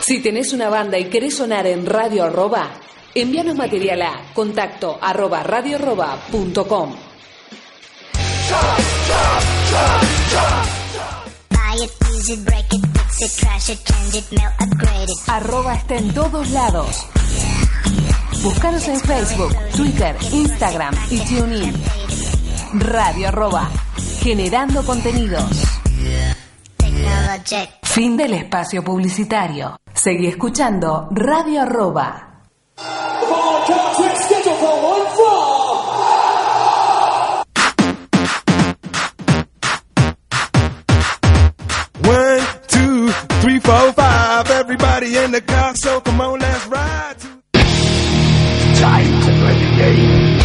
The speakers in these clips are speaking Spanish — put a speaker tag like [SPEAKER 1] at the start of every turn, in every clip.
[SPEAKER 1] Si tenés una banda y querés sonar en radio arroba, envíanos material a contacto arroba radio arroba punto com.
[SPEAKER 2] Buy it, use it, break it, fix it, trash it, change it, mail, upgrade it.
[SPEAKER 1] Arroba está en todos lados. Búscanos en Facebook, Twitter, Instagram y TuneIn. Radio arroba, generando contenidos.
[SPEAKER 2] Technologic.
[SPEAKER 1] Fin del espacio publicitario. Seguí escuchando Radio Arroba.
[SPEAKER 3] The podcast is scheduled for one fall.
[SPEAKER 4] One, two, three, four, five. Everybody in the car, so come on, let's ride. To-
[SPEAKER 5] Time to play the game.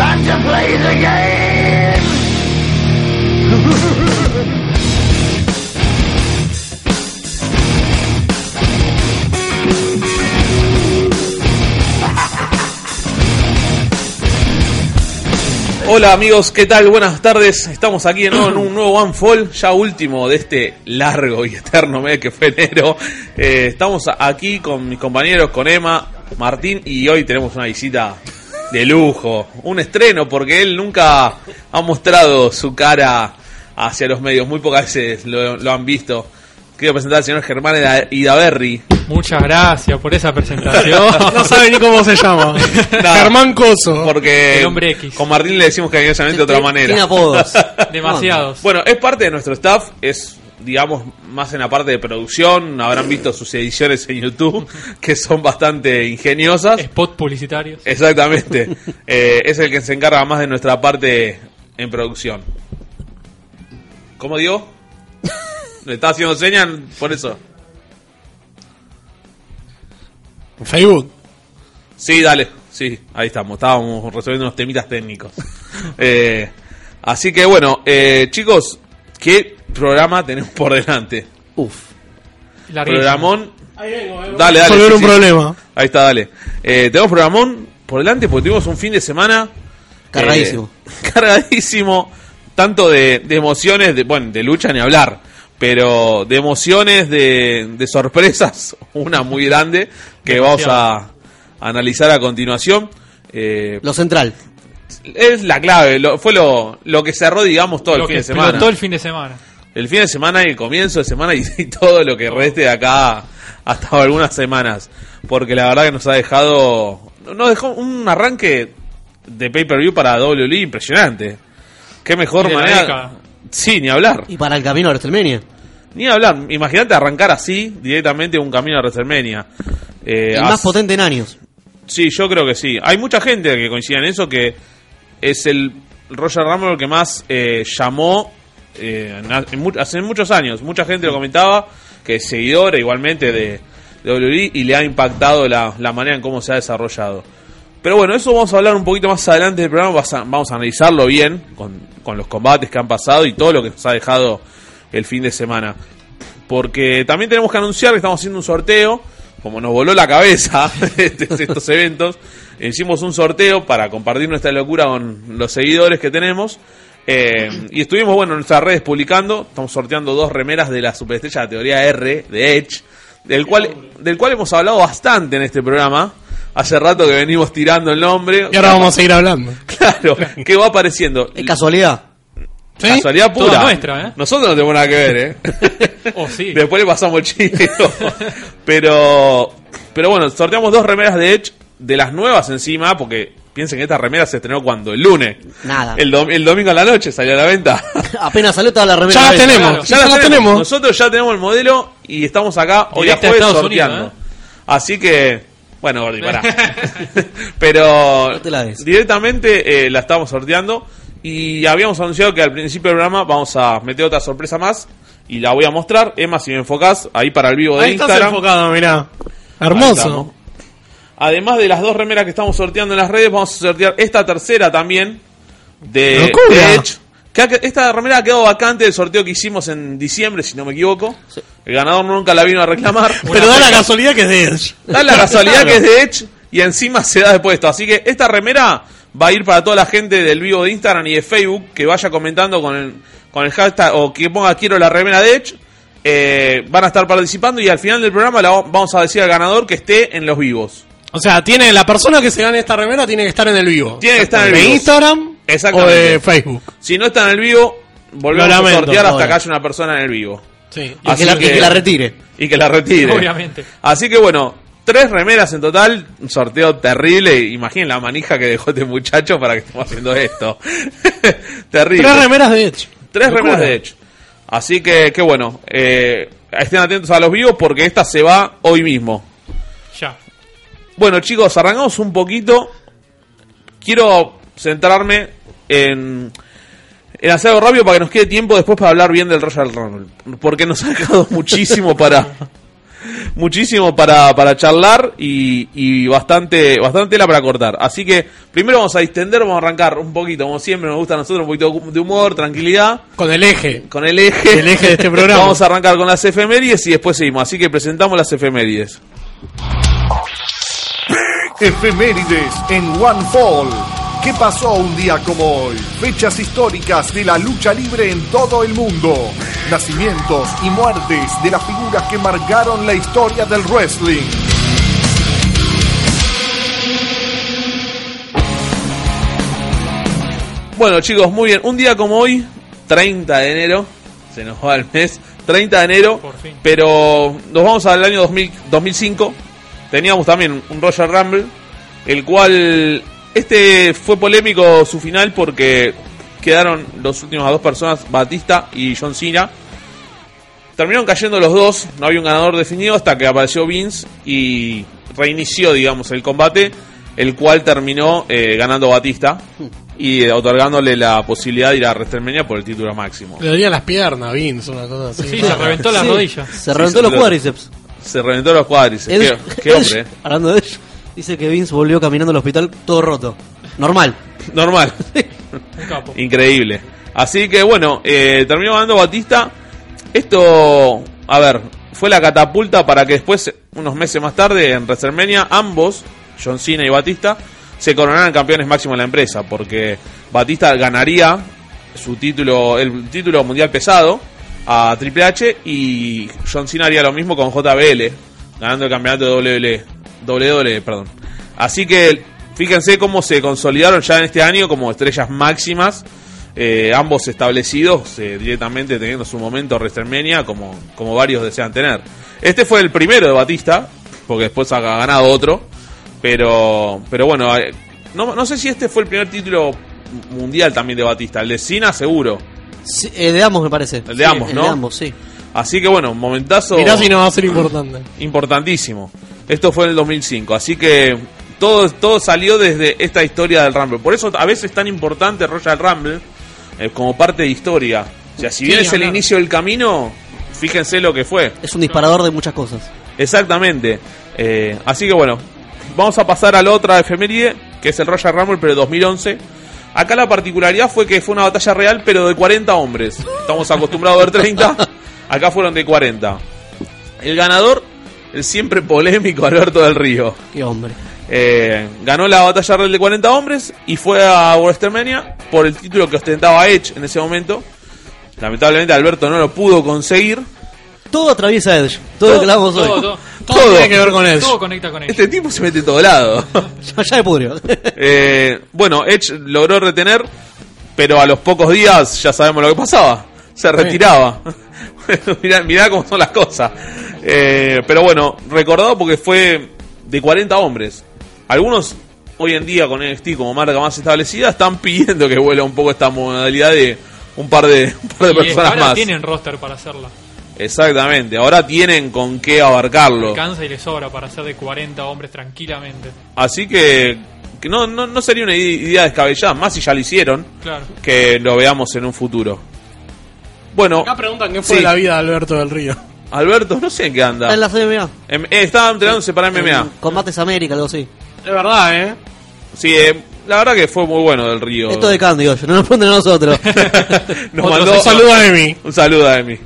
[SPEAKER 5] Time to play the game.
[SPEAKER 6] Hola amigos, ¿qué tal? Buenas tardes. Estamos aquí de nuevo en un nuevo One Fall, ya último de este largo y eterno mes que fue enero. Eh, estamos aquí con mis compañeros, con Emma, Martín y hoy tenemos una visita de lujo, un estreno porque él nunca ha mostrado su cara hacia los medios, muy pocas veces lo, lo han visto. Quiero presentar al señor Germán Ida- Idaverri.
[SPEAKER 7] Muchas gracias por esa presentación. no sabe ni cómo se llama.
[SPEAKER 8] Germán Coso.
[SPEAKER 6] Porque
[SPEAKER 7] El hombre X.
[SPEAKER 6] con Martín le decimos cariñosamente de otra manera.
[SPEAKER 9] Tiene apodos.
[SPEAKER 7] Demasiados.
[SPEAKER 6] Bueno, es parte de nuestro staff, es digamos más en la parte de producción, habrán visto sus ediciones en YouTube que son bastante ingeniosas.
[SPEAKER 7] Spot publicitarios.
[SPEAKER 6] Exactamente. Eh, es el que se encarga más de nuestra parte en producción. ¿Cómo dio? ¿Le está haciendo señas por eso?
[SPEAKER 8] Facebook.
[SPEAKER 6] Sí, dale. Sí, ahí estamos. Estábamos resolviendo unos temitas técnicos. Eh, así que bueno, eh, chicos, ¿qué programa tenemos por delante?
[SPEAKER 9] Uf.
[SPEAKER 7] Larguísimo.
[SPEAKER 6] Programón. Dale, dale.
[SPEAKER 8] Resolver
[SPEAKER 6] sí,
[SPEAKER 8] un
[SPEAKER 6] sí.
[SPEAKER 8] problema.
[SPEAKER 6] Ahí está, dale. Eh, tenemos programón por delante porque tuvimos un fin de semana.
[SPEAKER 9] Cargadísimo.
[SPEAKER 6] eh, cargadísimo. Tanto de, de emociones, de, bueno, de lucha ni hablar. Pero de emociones, de, de sorpresas, una muy grande que vamos a analizar a continuación. Eh,
[SPEAKER 9] Lo central.
[SPEAKER 6] es la clave, lo- fue lo, lo que cerró, digamos, todo el
[SPEAKER 7] Lo
[SPEAKER 6] fin
[SPEAKER 7] que
[SPEAKER 6] de semana.
[SPEAKER 7] explotó el fin de semana.
[SPEAKER 6] El fin de semana y el comienzo de semana y, y todo lo que reste de acá hasta algunas semanas. Porque la verdad que nos ha dejado. Nos dejó un arranque de pay-per-view para WWE impresionante. Qué mejor
[SPEAKER 7] Y de la
[SPEAKER 6] manera.
[SPEAKER 7] década.
[SPEAKER 6] Sí, ni hablar.
[SPEAKER 9] Y para el camino a WrestleMania.
[SPEAKER 6] Ni hablar. Imagínate arrancar así directamente un camino a WrestleMania. Eh,
[SPEAKER 9] El
[SPEAKER 6] as-
[SPEAKER 9] más potente en años.
[SPEAKER 6] Sí, yo creo que sí. Hay mucha gente que coincide en eso, que es el Roger Rumble que más eh, llamó eh, na- en mu- hace muchos años. Mucha gente lo comentaba, que es seguidora igualmente de, de WWE y le ha impactado la, la manera en cómo se ha desarrollado. Pero bueno, eso vamos a hablar un poquito más adelante del programa, vas a- vamos a analizarlo bien con, con los combates que han pasado y todo lo que nos ha dejado el fin de semana. Porque también tenemos que anunciar que estamos haciendo un sorteo. Como nos voló la cabeza este- estos eventos, hicimos un sorteo para compartir nuestra locura con los seguidores que tenemos. Eh, y estuvimos, bueno, en nuestras redes publicando. Estamos sorteando dos remeras de la superestrella de categoría R, de Edge, del cual, del cual hemos hablado bastante en este programa. Hace rato que venimos tirando el nombre.
[SPEAKER 8] Y ahora vamos a seguir hablando.
[SPEAKER 6] Claro, que va apareciendo.
[SPEAKER 9] Es casualidad.
[SPEAKER 8] ¿Sí?
[SPEAKER 6] Casualidad pura.
[SPEAKER 7] Toda nuestra, ¿eh?
[SPEAKER 6] Nosotros no tenemos nada que ver, ¿eh?
[SPEAKER 7] Oh, sí.
[SPEAKER 6] Después le pasamos el chiste. pero, pero bueno, sorteamos dos remeras de Edge, de las nuevas encima, porque piensen que esta remera se estrenó cuando, el lunes.
[SPEAKER 9] Nada.
[SPEAKER 6] El, dom- el domingo a la noche salió a la venta.
[SPEAKER 9] Apenas salió toda la remera.
[SPEAKER 8] Ya la
[SPEAKER 9] verde.
[SPEAKER 8] tenemos.
[SPEAKER 6] Claro,
[SPEAKER 8] ya la tenemos.
[SPEAKER 6] Nosotros ya tenemos el modelo y estamos acá hoy a
[SPEAKER 7] Directa a
[SPEAKER 6] jueves
[SPEAKER 7] Estados
[SPEAKER 6] sorteando.
[SPEAKER 7] Unidos,
[SPEAKER 6] Así que, bueno, Gordi, pará. Pero
[SPEAKER 9] No te la des.
[SPEAKER 6] directamente eh, la estamos sorteando Y habíamos anunciado que al principio del programa vamos a meter otra sorpresa más. Y la voy a mostrar. Emma, si me enfocás, ahí para el vivo de
[SPEAKER 8] Ahí estás
[SPEAKER 6] Instagram.
[SPEAKER 8] enfocado, mirá.
[SPEAKER 6] Ahí estamos.
[SPEAKER 8] Hermoso.
[SPEAKER 6] Además de las dos remeras que estamos sorteando en las redes, vamos a sortear esta tercera también de,
[SPEAKER 8] ¡Locura!
[SPEAKER 6] de Edge. Que ha que- esta remera ha quedado vacante del sorteo que hicimos en diciembre, si no me equivoco. El ganador nunca la vino a reclamar.
[SPEAKER 8] Pero da la casualidad que es de Edge.
[SPEAKER 6] Da la casualidad que es de Edge y encima se da después esto. Así que esta remera va a ir para toda la gente del vivo de Instagram y de Facebook que vaya comentando con el, con el hashtag o que ponga quiero la remera de Edge. Eh, van a estar participando y al final del programa la va- vamos a decir al ganador que esté en los vivos.
[SPEAKER 8] O sea, tiene la persona que se gane esta remera tiene que estar en el vivo.
[SPEAKER 6] Tiene que estar en el
[SPEAKER 8] de
[SPEAKER 6] vivo.
[SPEAKER 8] Instagram o
[SPEAKER 6] Exactamente.
[SPEAKER 8] de Facebook.
[SPEAKER 6] Si no está en el vivo, volvemos
[SPEAKER 8] Lo
[SPEAKER 6] a
[SPEAKER 8] lamento,
[SPEAKER 6] sortear hasta
[SPEAKER 9] ahora.
[SPEAKER 6] que haya una persona en el vivo.
[SPEAKER 8] Sí.
[SPEAKER 9] Y que, la, y que la retire.
[SPEAKER 6] Y que la retire.
[SPEAKER 7] Obviamente.
[SPEAKER 6] Así que bueno, tres remeras en total, un sorteo terrible. Imaginen la manija que dejó este muchacho para que estemos haciendo esto. terrible.
[SPEAKER 8] Tres remeras de Edge.
[SPEAKER 6] Tres
[SPEAKER 8] Locura.
[SPEAKER 6] remeras de hecho. Así que, qué bueno. eh, estén atentos a los vivos porque esta se va hoy mismo.
[SPEAKER 7] Ya.
[SPEAKER 6] Bueno, chicos, arrancamos un poquito. Quiero centrarme en, en hacer algo rápido para que nos quede tiempo después para hablar bien del Royal Rumble. Porque nos ha dejado muchísimo para. Muchísimo para, para charlar y, y bastante, bastante tela para cortar. Así que primero vamos a distender, vamos a arrancar un poquito, como siempre nos gusta a nosotros, un poquito de humor, tranquilidad,
[SPEAKER 8] Con el eje.
[SPEAKER 6] con el eje.
[SPEAKER 8] El eje de este programa.
[SPEAKER 6] vamos a arrancar con las efemérides y después seguimos. Así que presentamos las efemérides.
[SPEAKER 10] Efemérides en One Fall. ¿Qué pasó un día como hoy? Fechas históricas de la lucha libre en todo el mundo. Nacimientos y muertes de las figuras que marcaron la historia del wrestling.
[SPEAKER 6] Bueno, chicos, muy bien. Un día como hoy, 30 de enero, se nos va el mes, 30 de enero,
[SPEAKER 7] Por fin.
[SPEAKER 6] pero nos vamos al año 2000, 2005. Teníamos también un Roger Rumble, el cual este fue polémico su final porque quedaron las últimas dos personas, Batista y John Cena. Terminaron cayendo los dos, no había un ganador definido hasta que apareció Vince y reinició, digamos, el combate, el cual terminó eh, ganando Batista y eh, otorgándole la posibilidad de ir a WrestleMania por el título máximo.
[SPEAKER 8] Le dolían las piernas, Vince, una cosa así.
[SPEAKER 7] Sí, se reventó las
[SPEAKER 9] Sí.
[SPEAKER 7] rodillas.
[SPEAKER 9] Se reventó
[SPEAKER 6] se
[SPEAKER 9] los
[SPEAKER 6] lo-
[SPEAKER 9] cuádriceps.
[SPEAKER 6] Se reventó los cuádriceps. Qué,
[SPEAKER 9] Edge-
[SPEAKER 6] qué hombre, eh.
[SPEAKER 9] Edge, hablando de Edge, dice que Vince volvió caminando al hospital todo roto. Normal.
[SPEAKER 6] normal,
[SPEAKER 7] Un capo.
[SPEAKER 6] increíble. Así que bueno, eh, terminó ganando Batista. Esto, a ver, fue la catapulta para que después, unos meses más tarde, en WrestleMania, ambos, John Cena y Batista, se coronaran campeones máximos de la empresa, porque Batista ganaría su título, el título mundial pesado a Triple H y John Cena haría lo mismo con JBL, ganando el campeonato de E. WWE, WWE, perdón. Así que fíjense cómo se consolidaron ya en este año como estrellas máximas, eh, ambos establecidos eh, directamente teniendo su momento WrestleMania como, como varios desean tener. Este fue el primero de Batista, porque después ha ganado otro. Pero, pero bueno, eh, no, no sé si este fue el primer título mundial también de Batista. El de Cena, seguro.
[SPEAKER 9] Sí, eh, de ambos, me parece.
[SPEAKER 6] El de ambos,
[SPEAKER 9] el
[SPEAKER 6] ¿no?
[SPEAKER 9] de ambos, sí.
[SPEAKER 6] Así que bueno, momentazo
[SPEAKER 8] Mirá si no va a ser importante.
[SPEAKER 6] importantísimo. Esto fue en el 2005. Así que todo, todo salió desde esta historia del Rumble. Por eso a veces es tan importante Royal Rumble eh, como parte de historia. O sea, si bien
[SPEAKER 7] Sí,
[SPEAKER 6] es el
[SPEAKER 7] hablar.
[SPEAKER 6] inicio del camino, fíjense lo que fue.
[SPEAKER 9] Es un disparador de muchas cosas.
[SPEAKER 6] Exactamente. Eh, así que bueno, vamos a pasar a la otra efeméride, que es el Royal Rumble, pero de 2011. Acá la particularidad fue que fue una batalla real, pero de 40 hombres. Estamos acostumbrados a ver 30. Acá fueron de 40. El ganador, el siempre polémico Alberto del Río.
[SPEAKER 9] Qué hombre.
[SPEAKER 6] Eh, ganó la batalla real de 40 hombres y fue a WrestleMania por el título que ostentaba Edge en ese momento. Lamentablemente Alberto no lo pudo conseguir.
[SPEAKER 9] Todo atraviesa Edge. Todo lo que hablamos
[SPEAKER 7] Todo,
[SPEAKER 9] hoy.
[SPEAKER 7] todo.
[SPEAKER 8] Todo, tiene que ver con Edge.
[SPEAKER 7] Todo conecta con ellos.
[SPEAKER 6] Este tipo se mete en todo lado.
[SPEAKER 9] Ya, ya me pudrió.
[SPEAKER 6] Eh, bueno, Edge logró retener, pero a los pocos días ya sabemos lo que pasaba. Se retiraba. mirá, mirá cómo son las cosas. Eh, pero bueno, recordado porque fue de 40 hombres. Algunos hoy en día con NXT como marca más establecida están pidiendo que vuelva un poco esta modalidad de un par de, un par de
[SPEAKER 7] Y
[SPEAKER 6] personas
[SPEAKER 7] ahora
[SPEAKER 6] más. Oh.
[SPEAKER 7] tienen roster para hacerla.
[SPEAKER 6] Exactamente, ahora tienen con qué abarcarlo.
[SPEAKER 7] Alcanza y les sobra para hacer de 40 hombres tranquilamente.
[SPEAKER 6] Así que, que no, no, no sería una idea descabellada, más si ya lo hicieron,
[SPEAKER 7] Claro.
[SPEAKER 6] que lo veamos en un futuro. Bueno,
[SPEAKER 8] Acá preguntan qué fue
[SPEAKER 6] Sí.
[SPEAKER 8] de la vida de Alberto del Río.
[SPEAKER 6] Alberto, no sé en qué anda.
[SPEAKER 9] Está en la CMA.
[SPEAKER 6] Em- eh, estaba entrenándose para MMA.
[SPEAKER 9] En Combates América, algo así.
[SPEAKER 8] Es verdad, ¿eh?
[SPEAKER 6] Sí, eh, la verdad que fue muy bueno del Río.
[SPEAKER 9] Esto de Candio, yo no lo ponen a nosotros.
[SPEAKER 6] Nos
[SPEAKER 8] Otro,
[SPEAKER 6] mandó
[SPEAKER 8] un saludo a Emi.
[SPEAKER 6] Un saludo a Emi.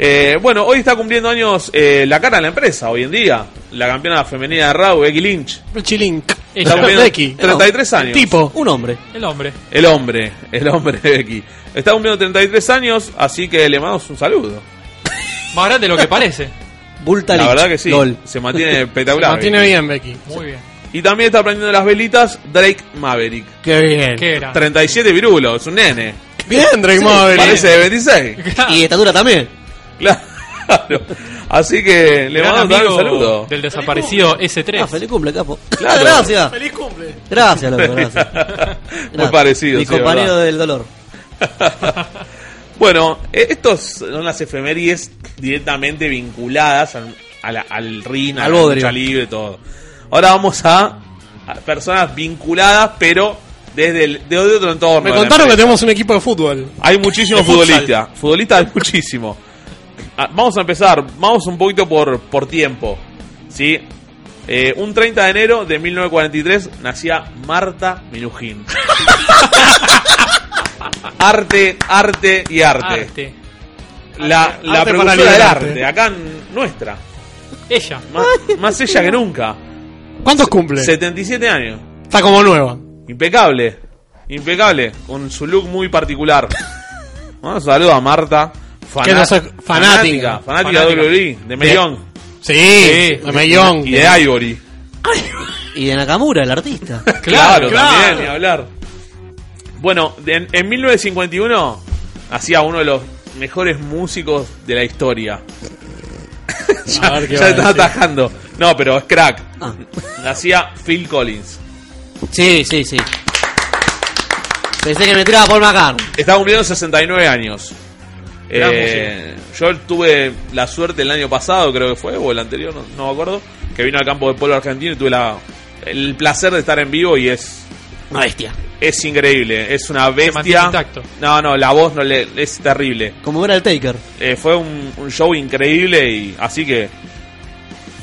[SPEAKER 6] Eh, bueno, hoy está cumpliendo años eh, la cara de la empresa, hoy en día. La campeona femenina de Raw, Becky Lynch.
[SPEAKER 8] Chilink.
[SPEAKER 6] Está
[SPEAKER 7] Ella,
[SPEAKER 6] cumpliendo
[SPEAKER 8] Becky.
[SPEAKER 6] 33 años.
[SPEAKER 8] El tipo.
[SPEAKER 9] Un hombre.
[SPEAKER 7] el hombre.
[SPEAKER 6] El hombre, el hombre de Becky. Está cumpliendo 33 años, así que le mandamos un saludo.
[SPEAKER 7] Más grande de lo que parece.
[SPEAKER 9] Bulta
[SPEAKER 6] La
[SPEAKER 9] Lynch,
[SPEAKER 6] verdad que sí,
[SPEAKER 9] LOL.
[SPEAKER 6] se mantiene
[SPEAKER 8] Se
[SPEAKER 6] espectacular.
[SPEAKER 8] mantiene
[SPEAKER 6] Becky.
[SPEAKER 8] Ah, bien, Becky.
[SPEAKER 7] Muy bien.
[SPEAKER 6] Y también está prendiendo las velitas Drake Maverick.
[SPEAKER 8] Qué bien.
[SPEAKER 7] ¿Qué era?
[SPEAKER 6] 37 virulos, es un nene.
[SPEAKER 8] Bien, Drake Maverick.
[SPEAKER 6] Parece de 26.
[SPEAKER 9] Y estatura también.
[SPEAKER 6] Claro. Así que le
[SPEAKER 7] Gran
[SPEAKER 6] mandamos también
[SPEAKER 7] amigo
[SPEAKER 6] un saludo.
[SPEAKER 7] del desaparecido S3.
[SPEAKER 9] Ah, feliz cumple, capo.
[SPEAKER 6] Claro.
[SPEAKER 9] gracias.
[SPEAKER 8] Feliz cumple.
[SPEAKER 9] Gracias, loco, gracias.
[SPEAKER 6] Muy
[SPEAKER 9] Gracias.
[SPEAKER 6] parecido,
[SPEAKER 9] Mi
[SPEAKER 6] sí,
[SPEAKER 9] compañero
[SPEAKER 6] verdad.
[SPEAKER 9] del dolor.
[SPEAKER 6] Bueno, eh, estos son las efemérides directamente vinculadas al, a la- al RIN,
[SPEAKER 9] Al
[SPEAKER 6] a la
[SPEAKER 9] bodrio.
[SPEAKER 6] lucha libre, todo. Ahora vamos a, a personas vinculadas, pero desde el, de otro entorno.
[SPEAKER 8] Me
[SPEAKER 6] de la
[SPEAKER 8] contaron que
[SPEAKER 6] empresa.
[SPEAKER 8] tenemos un equipo de fútbol.
[SPEAKER 6] Hay muchísimos
[SPEAKER 7] De futsal.
[SPEAKER 6] futbolistas. Futbolistas hay muchísimo. Ah, Vamos a empezar. Vamos un poquito por, por tiempo. ¿Sí? Eh, un 30 de enero de 1943 nacía Marta Minujín. arte, arte y arte.
[SPEAKER 7] Arte.
[SPEAKER 6] La,
[SPEAKER 7] Arte
[SPEAKER 6] la
[SPEAKER 8] para
[SPEAKER 6] productora del
[SPEAKER 8] liberarte.
[SPEAKER 6] arte. Acá en nuestra.
[SPEAKER 7] Ella.
[SPEAKER 6] Más, más ella que nunca.
[SPEAKER 8] ¿Cuántos cumple?
[SPEAKER 6] 77 años.
[SPEAKER 8] Está como nueva.
[SPEAKER 6] Impecable. Impecable. Con su look muy particular. Un saludo a Marta. fana-
[SPEAKER 8] Que no soy-
[SPEAKER 6] Fanática,
[SPEAKER 8] fanática.
[SPEAKER 6] fanática de
[SPEAKER 7] Fanática.
[SPEAKER 6] WWE. De Mellón.
[SPEAKER 8] Sí,
[SPEAKER 6] Sí.
[SPEAKER 8] de Mellón.
[SPEAKER 6] Y de Ivory.
[SPEAKER 9] Y de Nakamura, el artista.
[SPEAKER 6] Claro, también, ni hablar. Bueno, en, en 1951 hacía uno de los mejores músicos de la historia.
[SPEAKER 8] A ver qué va
[SPEAKER 6] Ya
[SPEAKER 8] a
[SPEAKER 6] está
[SPEAKER 8] decir.
[SPEAKER 6] atajando. No, pero es crack.
[SPEAKER 9] Ah.
[SPEAKER 6] Nacía Phil Collins.
[SPEAKER 9] Sí, sí, sí. Pensé que me tiraba Paul McCartney.
[SPEAKER 6] Está cumpliendo 69 años.
[SPEAKER 7] Gran
[SPEAKER 6] Eh, yo tuve la suerte el año pasado, creo que fue, o el anterior, no, no me acuerdo, que vino al campo de polo argentino y tuve la, el placer de estar en vivo y es
[SPEAKER 9] Una bestia.
[SPEAKER 6] es increíble, es una
[SPEAKER 7] mantiene
[SPEAKER 6] bestia.
[SPEAKER 7] intacto.
[SPEAKER 6] No, no, la voz no le es terrible.
[SPEAKER 9] Como era el Taker.
[SPEAKER 6] Eh, fue un, un show increíble y así que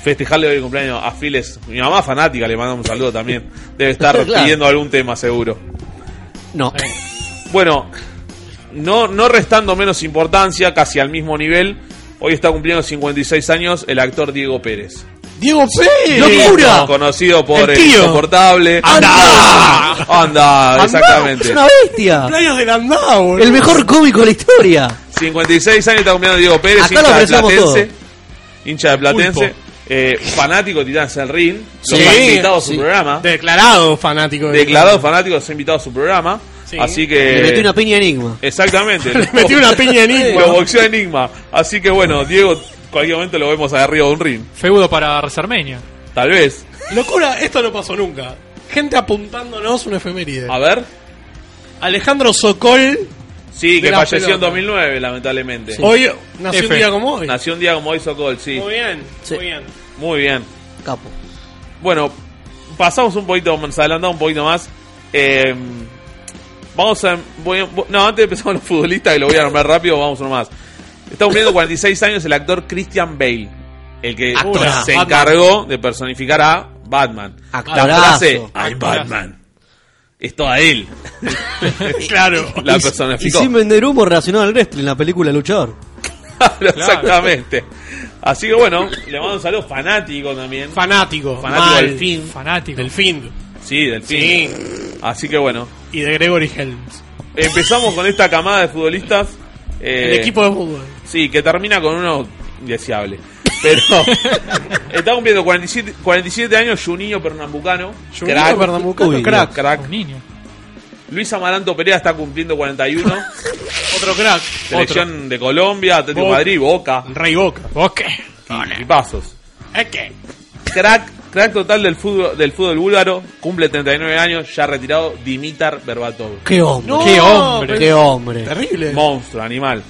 [SPEAKER 6] festejarle hoy el cumpleaños a Phil es mi mamá fanática, le mando un saludo también. Debe estar
[SPEAKER 9] Claro.
[SPEAKER 6] pidiendo algún tema seguro.
[SPEAKER 9] No.
[SPEAKER 6] Bueno, no, no restando menos importancia, casi al mismo nivel, hoy está cumpliendo 56 años el actor Diego Pérez.
[SPEAKER 8] Diego Pérez.
[SPEAKER 6] Bueno, Conocido por
[SPEAKER 8] El
[SPEAKER 6] El
[SPEAKER 8] tío.
[SPEAKER 6] Insoportable.
[SPEAKER 8] ¡Andá!
[SPEAKER 6] ¡Anda!
[SPEAKER 9] Es
[SPEAKER 6] Exactamente.
[SPEAKER 9] una bestia.
[SPEAKER 8] Cumpleaños del andado, boludo.
[SPEAKER 9] El mejor cómico de la historia.
[SPEAKER 6] 56 años está cumpliendo Diego Pérez,
[SPEAKER 9] Acá lo
[SPEAKER 6] hincha de
[SPEAKER 9] apreciamos
[SPEAKER 6] Platense. Hincha de Platense.
[SPEAKER 7] Pulpo.
[SPEAKER 6] eh, fanático de Titanes del Ring. Los
[SPEAKER 8] Sí,
[SPEAKER 6] ha invitado a su
[SPEAKER 9] sí.
[SPEAKER 6] programa.
[SPEAKER 8] Declarado fanático. de-
[SPEAKER 6] Declarado fanático, los ha invitado a su programa.
[SPEAKER 8] Sí.
[SPEAKER 6] Así
[SPEAKER 9] Le metí una
[SPEAKER 6] que.
[SPEAKER 9] piña enigma.
[SPEAKER 6] Exactamente.
[SPEAKER 8] Le metió una piña en
[SPEAKER 6] Lo
[SPEAKER 8] Igua.
[SPEAKER 6] boxeó Enigma. Así que bueno, Diego, cualquier momento lo vemos ahí arriba de un ring.
[SPEAKER 7] Feudo para Resarmeña.
[SPEAKER 6] Tal vez.
[SPEAKER 8] Locura, esto no pasó nunca. Gente apuntándonos una efeméride.
[SPEAKER 6] A ver.
[SPEAKER 8] Alejandro Sokol,
[SPEAKER 6] Sí,
[SPEAKER 8] De
[SPEAKER 6] que
[SPEAKER 8] la
[SPEAKER 6] falleció en
[SPEAKER 8] pelota.
[SPEAKER 6] 2009, lamentablemente.
[SPEAKER 8] hoy nació
[SPEAKER 7] F.
[SPEAKER 8] un día como hoy.
[SPEAKER 6] Nació un día como hoy Sokol, sí.
[SPEAKER 8] Muy bien,
[SPEAKER 9] Sí.
[SPEAKER 8] muy bien.
[SPEAKER 6] Muy bien.
[SPEAKER 9] Capo.
[SPEAKER 6] Bueno, pasamos un poquito, nos adelantamos un poquito más. Eh, vamos a. voy a- no, antes de empezar con los futbolistas, que lo voy a nombrar rápido, vamos uno más. Está cumpliendo 46 años el actor Christian Bale, el que
[SPEAKER 9] Actorazo.
[SPEAKER 6] se encargó de personificar a Batman. La
[SPEAKER 9] Actorazo.
[SPEAKER 6] frase, I'm Batman. Es toda él.
[SPEAKER 8] Claro.
[SPEAKER 6] La
[SPEAKER 9] Y- Y
[SPEAKER 6] personificó.
[SPEAKER 9] sin vender humo relacionado al wrestling, la película Luchador.
[SPEAKER 6] Claro, Exactamente. Así que bueno, le mando un saludo fanático también.
[SPEAKER 8] Fanático.
[SPEAKER 6] Fanático
[SPEAKER 8] mal.
[SPEAKER 6] del fin.
[SPEAKER 7] Fanático.
[SPEAKER 8] Del fin.
[SPEAKER 6] Sí, del fin.
[SPEAKER 8] Sí.
[SPEAKER 6] Así que bueno,
[SPEAKER 8] Y de Gregory Helms.
[SPEAKER 6] empezamos con esta camada de futbolistas. eh,
[SPEAKER 8] El equipo de fútbol.
[SPEAKER 6] Sí, que termina con uno indeseable. Pero está cumpliendo 47, 47 años Juninho Pernambucano.
[SPEAKER 8] Juninho
[SPEAKER 6] crack,
[SPEAKER 8] Pernambucano,
[SPEAKER 6] Uy,
[SPEAKER 8] crack.
[SPEAKER 6] crack.
[SPEAKER 7] Un niño.
[SPEAKER 6] Luis Amaranto Perea está cumpliendo 41.
[SPEAKER 8] Otro crack.
[SPEAKER 6] Selección de Colombia, Atlético de
[SPEAKER 8] Boca.
[SPEAKER 6] Madrid, Boca.
[SPEAKER 8] Otro. Rey Boca.
[SPEAKER 7] Ok.
[SPEAKER 6] Y pasos.
[SPEAKER 8] Es que.
[SPEAKER 6] Crack, crack total del fútbol, del fútbol búlgaro, cumple 39 años, ya retirado Dimitar Berbatov.
[SPEAKER 9] Qué hombre.
[SPEAKER 8] No,
[SPEAKER 7] Qué hombre.
[SPEAKER 8] pero-
[SPEAKER 9] Qué hombre.
[SPEAKER 8] Terrible.
[SPEAKER 6] Monstruo, animal.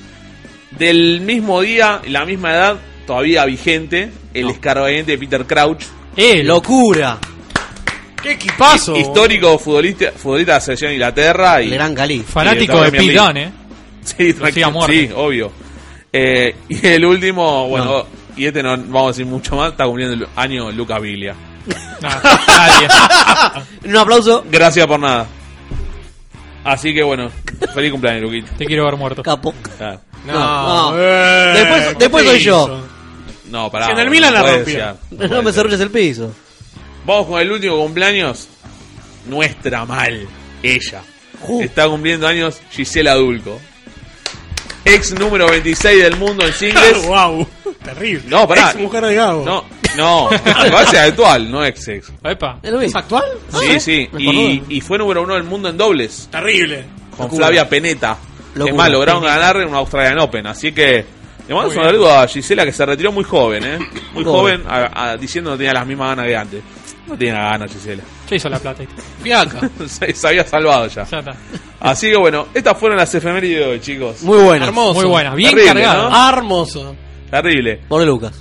[SPEAKER 6] Del mismo día, la misma edad, todavía vigente, el escarbadiente de Peter Crouch.
[SPEAKER 7] Eh, loco.
[SPEAKER 9] Locura.
[SPEAKER 8] ¡Qué equipazo!
[SPEAKER 6] Histórico futbolista, futbolista de la selección de Inglaterra. Y,
[SPEAKER 9] gran Galí.
[SPEAKER 6] y
[SPEAKER 7] Fanático de
[SPEAKER 6] Premier League.
[SPEAKER 7] Pirón, ¿eh?
[SPEAKER 6] Sí,
[SPEAKER 7] siga
[SPEAKER 6] tranquilo.
[SPEAKER 7] muerto.
[SPEAKER 6] Sí, obvio. Eh, y el último, bueno, y este no vamos a decir mucho más, está cumpliendo el año Luca Viglia.
[SPEAKER 7] No, nadie.
[SPEAKER 9] Ah, Un aplauso.
[SPEAKER 6] Gracias por nada. Así que bueno, feliz cumpleaños, Luquita.
[SPEAKER 7] Te quiero ver muerto.
[SPEAKER 9] Capo.
[SPEAKER 6] Ah,
[SPEAKER 9] No, no. Después-
[SPEAKER 8] eh, ¿qué
[SPEAKER 9] después
[SPEAKER 8] te
[SPEAKER 9] soy yo.
[SPEAKER 8] hizo?
[SPEAKER 6] No, pará.
[SPEAKER 8] Si en el
[SPEAKER 6] no
[SPEAKER 8] Milan la
[SPEAKER 6] puede
[SPEAKER 8] rompió.
[SPEAKER 6] ser, no
[SPEAKER 9] No
[SPEAKER 6] puede
[SPEAKER 9] me
[SPEAKER 6] ser.
[SPEAKER 9] cerruches el piso.
[SPEAKER 6] Vamos con el último cumpleaños. Nuestra mal, ella.
[SPEAKER 9] Ju.
[SPEAKER 6] Está cumpliendo años Gisela Dulco. Ex número 26 del mundo en singles.
[SPEAKER 8] ¡Wow! Uh, Terrible.
[SPEAKER 6] No, pará.
[SPEAKER 8] Ex mujer de Gago.
[SPEAKER 6] No, no, base actual, no ex ex.
[SPEAKER 7] Epa.
[SPEAKER 9] ¿Es lo mismo?
[SPEAKER 8] actual?
[SPEAKER 9] Ah,
[SPEAKER 6] Sí, sí. Y, y fue número uno del mundo en dobles
[SPEAKER 8] Terrible.
[SPEAKER 6] con
[SPEAKER 9] Locura.
[SPEAKER 6] Flavia Peneta.
[SPEAKER 9] Locura.
[SPEAKER 6] Es más, lograron ganar en un Australian Open. Así que le mando un
[SPEAKER 7] Muy
[SPEAKER 6] saludo a Gisela que se retiró muy joven, ¿eh? Muy joven,
[SPEAKER 9] Joven.
[SPEAKER 6] a- a- diciendo que no tenía las mismas ganas de antes. No tenía ganas, Gisela.
[SPEAKER 7] Ya hizo la plata. ahí.
[SPEAKER 8] Fiaca.
[SPEAKER 6] se, se había salvado ya.
[SPEAKER 7] Ya está.
[SPEAKER 6] Así que bueno, estas fueron las efemérides de hoy, chicos.
[SPEAKER 9] Muy buena.
[SPEAKER 8] Hermoso.
[SPEAKER 7] Muy buena. Bien
[SPEAKER 6] Terrible,
[SPEAKER 7] cargado.
[SPEAKER 6] ¿no?
[SPEAKER 8] Ah, hermoso.
[SPEAKER 6] Terrible.
[SPEAKER 9] Pobre Lucas.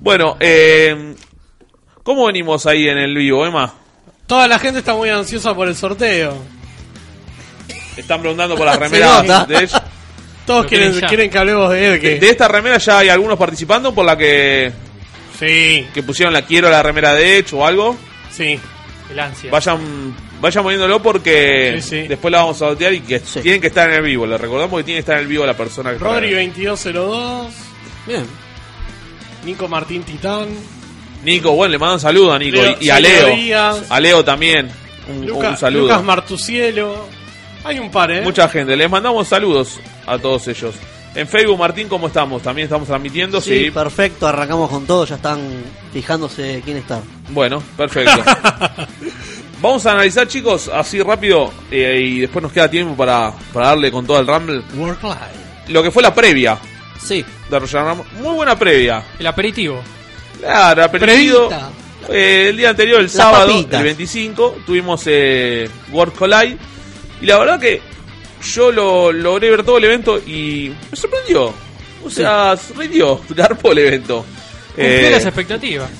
[SPEAKER 6] Bueno, eh, ¿cómo venimos ahí en el vivo, Emma?
[SPEAKER 8] Toda la gente está muy ansiosa por el sorteo.
[SPEAKER 6] Están preguntando por las
[SPEAKER 9] Se
[SPEAKER 6] remeras
[SPEAKER 9] nota.
[SPEAKER 6] de ella.
[SPEAKER 8] Todos
[SPEAKER 7] Lo
[SPEAKER 8] quieren,
[SPEAKER 7] quieren ya.
[SPEAKER 8] quieren que hablemos de él.
[SPEAKER 6] De,
[SPEAKER 8] Que...
[SPEAKER 6] de esta remera ya hay algunos participando por la que,
[SPEAKER 8] Sí,
[SPEAKER 6] que pusieron la quiero la remera de hecho o algo.
[SPEAKER 8] sí.
[SPEAKER 7] El ansia.
[SPEAKER 6] Vayan vayan poniéndolo porque
[SPEAKER 8] Sí, sí.
[SPEAKER 6] después la vamos a sortear y que
[SPEAKER 9] Sí.
[SPEAKER 6] tienen que estar en el vivo. Le recordamos que tiene que estar en el vivo la persona que
[SPEAKER 8] Rodri 2202.
[SPEAKER 9] Bien.
[SPEAKER 8] Nico Martín Titán.
[SPEAKER 6] Oh. Nico, bueno, le mando un saludo a Nico
[SPEAKER 8] Leo-
[SPEAKER 6] y, y a
[SPEAKER 8] Leo
[SPEAKER 6] Leo.
[SPEAKER 8] Díaz.
[SPEAKER 6] A Leo también. Un,
[SPEAKER 8] Luca-
[SPEAKER 6] un saludo.
[SPEAKER 8] Lucas Martucielo. Hay un par, ¿eh?
[SPEAKER 6] Mucha gente. Les mandamos saludos a todos ellos. En Facebook, Martín, ¿cómo estamos? También estamos transmitiendo. Sí,
[SPEAKER 9] Sí, perfecto. Arrancamos con todo. Ya están fijándose quién está.
[SPEAKER 6] Bueno, perfecto. Vamos a analizar, chicos, así rápido. eh, y después nos queda tiempo para, para darle con todo el Rumble.
[SPEAKER 8] Work Life.
[SPEAKER 6] Lo que fue la previa
[SPEAKER 9] Sí.
[SPEAKER 6] de Royal Rumble. Muy buena previa.
[SPEAKER 7] El aperitivo.
[SPEAKER 6] Claro, aprendido.
[SPEAKER 8] Previta.
[SPEAKER 6] eh, el día anterior, el sábado,
[SPEAKER 9] papitas.
[SPEAKER 6] el 25, tuvimos eh, World Collide. Y la verdad que yo lo logré ver todo el evento y me sorprendió. O sea, sorprendió Garpo el evento.
[SPEAKER 7] Cumplió
[SPEAKER 6] Eh,
[SPEAKER 7] las expectativas.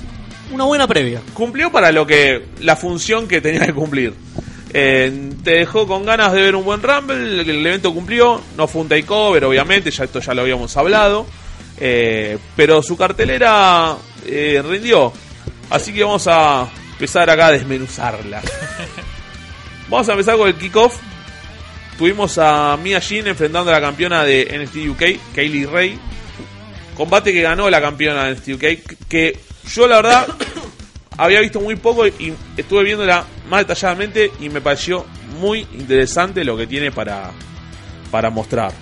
[SPEAKER 9] Una buena previa.
[SPEAKER 6] cumplió para lo que la función que tenía que cumplir. Eh, te dejó con ganas de ver un buen Rumble, el, el evento cumplió, no fue un takeover, obviamente, ya esto ya lo habíamos hablado, eh, pero su cartelera eh, rindió, así que vamos a empezar acá a desmenuzarla. vamos a empezar con el kickoff. Tuvimos a Mia Jin enfrentando a la campeona de NXT UK, Kaylee Ray. Combate que ganó la campeona de NXT UK, que yo la verdad había visto muy poco y estuve viéndola más detalladamente y me pareció muy interesante lo que tiene para, para mostrar.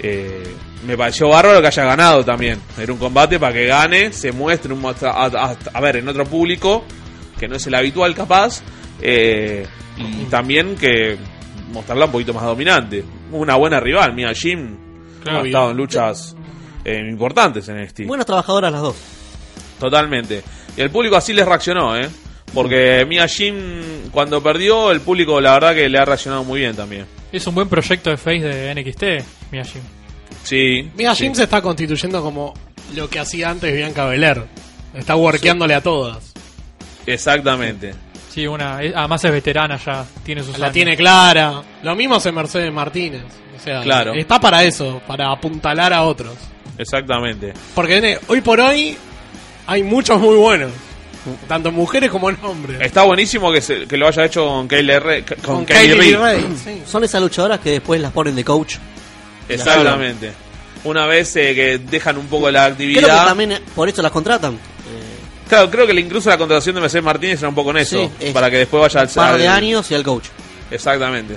[SPEAKER 6] Eh, me pareció bárbaro que haya ganado también. Era un combate para que gane, se muestre un muestra- a, a- a ver en otro público que no es el habitual capaz eh, y también que mostrarla un poquito más dominante. Una buena rival, mira Jim
[SPEAKER 7] Claro,
[SPEAKER 6] ha estado en luchas eh, importantes en este.
[SPEAKER 9] Buenas trabajadoras las dos.
[SPEAKER 6] Totalmente. Y el público así les reaccionó, ¿eh? Porque Mia Jim, cuando perdió, el público la verdad que le ha reaccionado muy bien también.
[SPEAKER 7] Es un buen proyecto de face de NXT, Miyajin.
[SPEAKER 6] Sí.
[SPEAKER 8] Mira,
[SPEAKER 6] sí.
[SPEAKER 8] Jim se está constituyendo como lo que hacía antes Bianca Belair. Está workeándole a todas.
[SPEAKER 6] Exactamente.
[SPEAKER 7] Sí, una, es- además es veterana ya, tiene sus
[SPEAKER 8] La
[SPEAKER 7] años.
[SPEAKER 8] tiene clara. Lo mismo hace Mercedes Martínez. O sea,
[SPEAKER 6] Claro.
[SPEAKER 8] está para eso, para apuntalar a otros.
[SPEAKER 6] Exactamente.
[SPEAKER 8] Porque nene, hoy por hoy hay muchos muy buenos. Tanto en mujeres como en hombres.
[SPEAKER 6] Está buenísimo que, se- que lo haya hecho con Kaylee Re- con, Kaylee
[SPEAKER 8] Kylie
[SPEAKER 6] Ray.
[SPEAKER 8] Ray, sí.
[SPEAKER 9] Son esas luchadoras que después las ponen de coach.
[SPEAKER 6] Exactamente. Una vez eh, que dejan un poco la actividad.
[SPEAKER 9] Creo que también eh, por eso las contratan.
[SPEAKER 6] Claro, creo que incluso la contratación de Mercedes Martínez era un poco en eso.
[SPEAKER 9] Sí, es-
[SPEAKER 6] para que después vaya al
[SPEAKER 9] Un par de
[SPEAKER 6] al-
[SPEAKER 9] años y al coach.
[SPEAKER 6] Exactamente.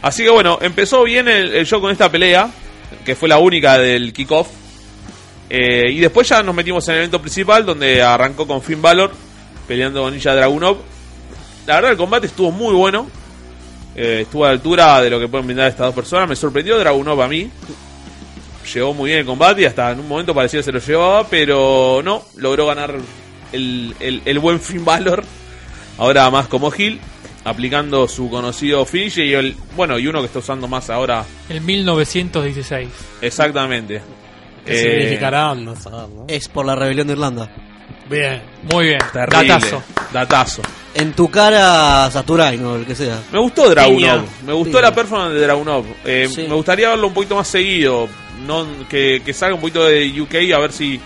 [SPEAKER 6] Así que bueno, empezó bien el, el show con esta pelea, que fue la única del kickoff. Eh, y después ya nos metimos en el evento principal, donde arrancó con Finn Balor, peleando con Ninja Dragunov. La verdad, el combate estuvo muy bueno. Eh, estuvo a la altura de lo que pueden brindar estas dos personas. Me sorprendió Dragunov a mí. Llegó muy bien el combate y hasta en un momento parecía que se lo llevaba, pero no, logró ganar el, el- el buen Finn Balor ahora más como Gil, aplicando su conocido finish y el bueno y uno que está usando más ahora
[SPEAKER 7] El 1916.
[SPEAKER 6] exactamente.
[SPEAKER 8] ¿Qué
[SPEAKER 6] Eh,
[SPEAKER 8] significará? No sabemos.
[SPEAKER 9] Es por la rebelión de Irlanda.
[SPEAKER 8] Bien.
[SPEAKER 7] Muy bien.
[SPEAKER 6] Terrible.
[SPEAKER 7] Datazo.
[SPEAKER 6] Eh, Datazo.
[SPEAKER 9] En tu cara, Saturai, no, el que sea.
[SPEAKER 6] Me gustó Dragunov.
[SPEAKER 9] Piña.
[SPEAKER 6] Me gustó
[SPEAKER 9] Piña.
[SPEAKER 6] la performance de Dragunov. Eh, Me gustaría verlo un poquito más seguido. No, que, que salga un poquito de UK a ver si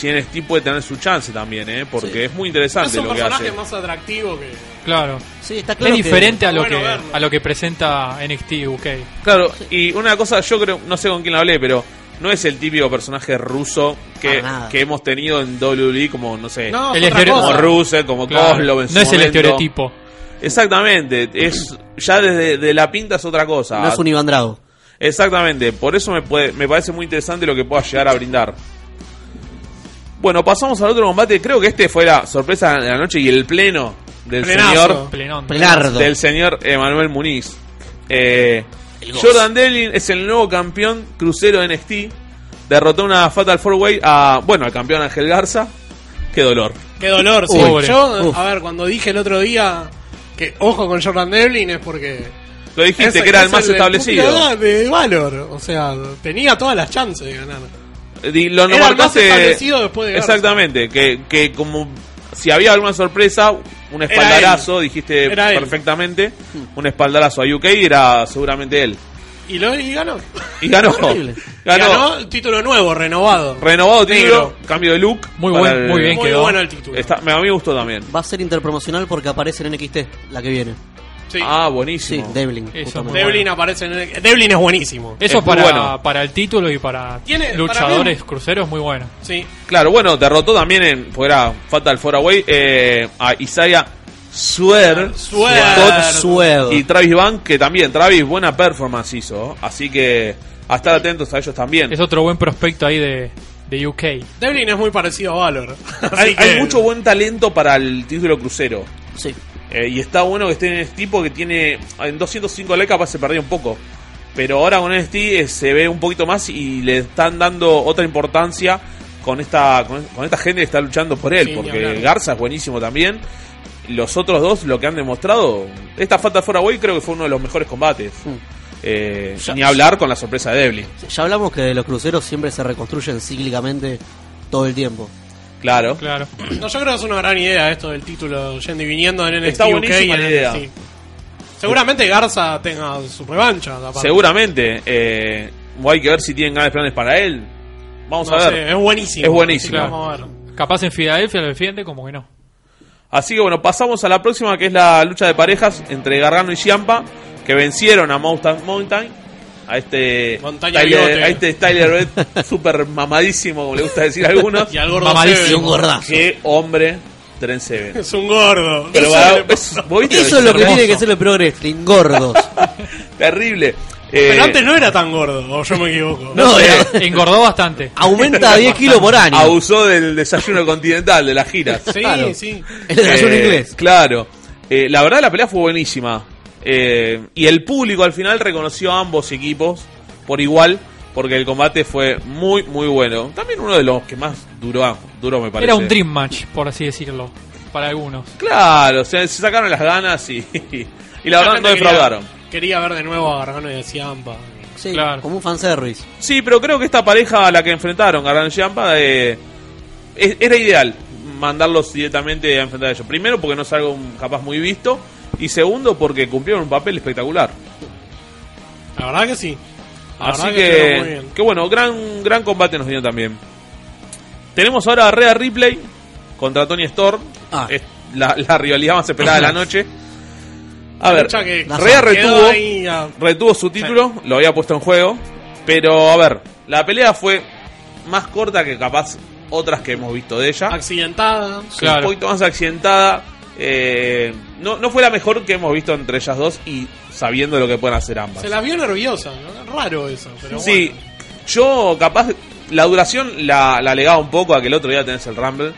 [SPEAKER 6] Giannis T puede tener su chance también, ¿eh? Porque
[SPEAKER 7] Sí.
[SPEAKER 6] es muy
[SPEAKER 8] Es
[SPEAKER 6] interesante
[SPEAKER 8] un
[SPEAKER 6] lo que
[SPEAKER 8] personaje
[SPEAKER 6] hace.
[SPEAKER 8] más atractivo que.
[SPEAKER 7] Claro.
[SPEAKER 9] Sí, está
[SPEAKER 8] claro
[SPEAKER 7] Es diferente
[SPEAKER 8] que-
[SPEAKER 7] a, lo
[SPEAKER 8] Bueno,
[SPEAKER 7] que,
[SPEAKER 8] verlo.
[SPEAKER 7] a lo que presenta NXT UK.
[SPEAKER 6] Claro, y una cosa, yo creo, no sé con quién hablé, pero no es el típico personaje ruso que,
[SPEAKER 9] Para nada.
[SPEAKER 6] que hemos tenido en WWE, como, no sé,
[SPEAKER 8] No,
[SPEAKER 7] El
[SPEAKER 8] es otra
[SPEAKER 7] estere-
[SPEAKER 6] como
[SPEAKER 8] cosa.
[SPEAKER 6] Rusev, como
[SPEAKER 7] Claro.
[SPEAKER 6] Kozlov en
[SPEAKER 7] No
[SPEAKER 6] su
[SPEAKER 7] es el
[SPEAKER 6] momento.
[SPEAKER 7] estereotipo.
[SPEAKER 6] Exactamente, es ya desde de la pinta es otra cosa.
[SPEAKER 9] No es un Iván Drago.
[SPEAKER 6] Exactamente, por eso me, puede- me parece muy interesante lo que pueda llegar a brindar. Bueno, pasamos al otro combate. Creo que este fue la sorpresa de la noche y el pleno del
[SPEAKER 8] Plenazo.
[SPEAKER 6] señor
[SPEAKER 7] Plenón.
[SPEAKER 9] Pelardo.
[SPEAKER 6] del señor Emanuel Muniz. Eh, Jordan Devlin es el nuevo campeón crucero de NXT. Derrotó una Fatal Four Way a, bueno, al campeón Ángel Garza. Qué dolor.
[SPEAKER 8] Qué dolor, sí.
[SPEAKER 7] Pobre.
[SPEAKER 8] Yo,
[SPEAKER 9] Uf.
[SPEAKER 8] a ver, cuando dije el otro día que ojo con Jordan Devlin es porque.
[SPEAKER 6] Lo dijiste
[SPEAKER 8] es-
[SPEAKER 6] que era el
[SPEAKER 8] es
[SPEAKER 6] más establecido.
[SPEAKER 8] punta De Valor, o sea, tenía todas las chances de ganar.
[SPEAKER 6] Di- lo
[SPEAKER 8] Era el más
[SPEAKER 6] marcaste-
[SPEAKER 8] establecido después de Garza.
[SPEAKER 6] Exactamente, que, que como si había alguna sorpresa, un
[SPEAKER 8] Era
[SPEAKER 6] espaldarazo, dijiste
[SPEAKER 8] Era él. Hmm.
[SPEAKER 6] perfectamente, un espaldarazo a UK era seguramente él.
[SPEAKER 8] Y lo y ganó.
[SPEAKER 6] Y ganó.
[SPEAKER 9] Horrible.
[SPEAKER 6] ganó.
[SPEAKER 8] Ganó el título nuevo, renovado.
[SPEAKER 6] Renovado título,
[SPEAKER 8] Negro.
[SPEAKER 6] cambio de look.
[SPEAKER 7] Muy
[SPEAKER 6] para
[SPEAKER 7] buen-
[SPEAKER 6] el-
[SPEAKER 7] muy bien
[SPEAKER 8] Muy
[SPEAKER 7] quedó.
[SPEAKER 8] bueno el título.
[SPEAKER 6] Está, me, a mí me gustó también.
[SPEAKER 9] Va a ser interpromocional porque aparece en NXT, la que viene.
[SPEAKER 8] Sí.
[SPEAKER 6] Ah,
[SPEAKER 9] Sí,
[SPEAKER 6] buenísimo.
[SPEAKER 9] Devlin.
[SPEAKER 7] Eso,
[SPEAKER 9] justamente.
[SPEAKER 7] muy
[SPEAKER 8] Devlin aparece en el- Devlin es buenísimo.
[SPEAKER 7] Eso
[SPEAKER 6] Es muy
[SPEAKER 7] para,
[SPEAKER 6] bueno.
[SPEAKER 7] para el título y para
[SPEAKER 8] Tiene- para
[SPEAKER 7] luchadores
[SPEAKER 8] mí-
[SPEAKER 7] cruceros muy bueno.
[SPEAKER 8] Sí.
[SPEAKER 6] Claro, bueno, derrotó también en fuera Fatal Four Away eh, a Isaiah Suer,
[SPEAKER 8] Suer.
[SPEAKER 9] Todd Suedo.
[SPEAKER 6] y Travis Bank, que también, Travis, buena performance hizo. Así que a estar atentos a ellos también.
[SPEAKER 7] Es otro buen prospecto ahí de, de UK.
[SPEAKER 8] Devlin es muy parecido a Valor. Así
[SPEAKER 6] Hay,
[SPEAKER 8] que-
[SPEAKER 6] hay mucho buen talento para el título crucero.
[SPEAKER 9] Sí.
[SPEAKER 6] Eh, y está bueno que esté en este tipo que tiene. En 205 le capaz se perdió un poco. Pero ahora con este eh, se ve un poquito más y le están dando otra importancia con esta, con, con esta gente que está luchando por él.
[SPEAKER 8] Sí, ni
[SPEAKER 6] porque
[SPEAKER 8] hablar.
[SPEAKER 6] Garza es buenísimo también. Los otros dos, lo que han demostrado. Esta Fatal Four Away creo que fue uno de los mejores combates. Eh,
[SPEAKER 9] Ya-
[SPEAKER 6] ni hablar con la sorpresa de Devlin.
[SPEAKER 9] Ya hablamos que los cruceros siempre se reconstruyen cíclicamente todo el tiempo.
[SPEAKER 6] Claro.
[SPEAKER 7] Claro.
[SPEAKER 8] No, yo creo que es una gran idea esto del título yendo y viniendo en NXT
[SPEAKER 6] Está
[SPEAKER 8] UK
[SPEAKER 6] buenísima
[SPEAKER 8] y
[SPEAKER 6] la
[SPEAKER 8] en
[SPEAKER 6] idea.
[SPEAKER 8] NXT. Seguramente Garza tenga su revancha. aparte.
[SPEAKER 6] Seguramente. eh, hay que ver si tienen grandes planes para él. Vamos
[SPEAKER 8] No
[SPEAKER 6] a ver.
[SPEAKER 8] sé, es buenísimo.
[SPEAKER 6] Es buenísimo.
[SPEAKER 8] Así que vamos a ver.
[SPEAKER 7] Capaz en Filadelfia lo defiende, como que no.
[SPEAKER 6] Así que bueno, pasamos a la próxima que es la lucha de parejas entre Gargano y Ciampa, que vencieron a Mountain, Mountain a este
[SPEAKER 8] Montaña
[SPEAKER 6] Tyler,
[SPEAKER 8] bigote.
[SPEAKER 6] a este Tyler Red, super mamadísimo, como le gusta decir a algunos.
[SPEAKER 8] Y al gordo
[SPEAKER 7] Mamadísimo.
[SPEAKER 9] Y
[SPEAKER 8] Seven.
[SPEAKER 9] un gordazo.
[SPEAKER 6] Qué hombre, Tren Seven.
[SPEAKER 8] Es un gordo.
[SPEAKER 6] Pero
[SPEAKER 9] Eso
[SPEAKER 6] va- eh,
[SPEAKER 9] es lo-
[SPEAKER 6] es- ¿vos viste?
[SPEAKER 9] Eso es lo que
[SPEAKER 7] hermoso.
[SPEAKER 9] tiene que ser el pro wrestling, gordos.
[SPEAKER 6] Terrible. Eh,
[SPEAKER 8] Pero antes no era tan gordo, o yo me equivoco.
[SPEAKER 9] No, era-
[SPEAKER 7] Engordó bastante.
[SPEAKER 9] aumenta 10 kilos por año.
[SPEAKER 6] abusó del desayuno continental, de las giras.
[SPEAKER 8] Sí,
[SPEAKER 9] Claro.
[SPEAKER 8] sí.
[SPEAKER 9] El desayuno
[SPEAKER 6] Eh,
[SPEAKER 9] inglés.
[SPEAKER 6] Claro. Eh, la verdad la pelea fue buenísima. Eh, y el público al final reconoció a ambos equipos por igual, porque el combate fue muy, muy bueno. También uno de los que más duró, duro me parece.
[SPEAKER 7] Era un dream match, por así decirlo, para algunos.
[SPEAKER 6] Claro, se, se sacaron las ganas y, y la verdad no
[SPEAKER 8] Realmente quería-
[SPEAKER 6] defraudaron.
[SPEAKER 8] Quería ver de nuevo a Gargano y a Ciampa.
[SPEAKER 9] Sí,
[SPEAKER 7] claro.
[SPEAKER 9] como un fanservice.
[SPEAKER 6] Sí, pero creo que esta pareja a la que enfrentaron, Gargano y Ciampa, eh, es- era ideal mandarlos directamente a enfrentar a ellos. Primero, porque no es algo capaz muy visto. Y segundo, porque cumplieron un papel espectacular.
[SPEAKER 8] La verdad que sí. La
[SPEAKER 6] Así
[SPEAKER 8] verdad
[SPEAKER 6] que,
[SPEAKER 8] estuvo muy bien.
[SPEAKER 6] que bueno, gran, gran combate nos dio también. Tenemos ahora a Rhea Ripley contra Tony Storm.
[SPEAKER 9] Ah.
[SPEAKER 6] Es la, la rivalidad más esperada de la noche. A ver,
[SPEAKER 8] Lucha que quedó
[SPEAKER 6] Rhea retuvo,
[SPEAKER 8] ahí a-
[SPEAKER 6] retuvo su título, lo había puesto en juego. Pero a ver, la pelea fue más corta que capaz otras que hemos visto de ella.
[SPEAKER 8] accidentada.
[SPEAKER 6] Un
[SPEAKER 7] Claro.
[SPEAKER 6] poquito más accidentada. eh, no, no fue la mejor que hemos visto entre ellas dos y sabiendo lo que pueden hacer ambas.
[SPEAKER 8] Se las vio nerviosa, ¿no? raro eso. Pero
[SPEAKER 6] Sí,
[SPEAKER 8] bueno.
[SPEAKER 6] yo capaz la duración la, la alegaba un poco a que el otro día tenés el Rumble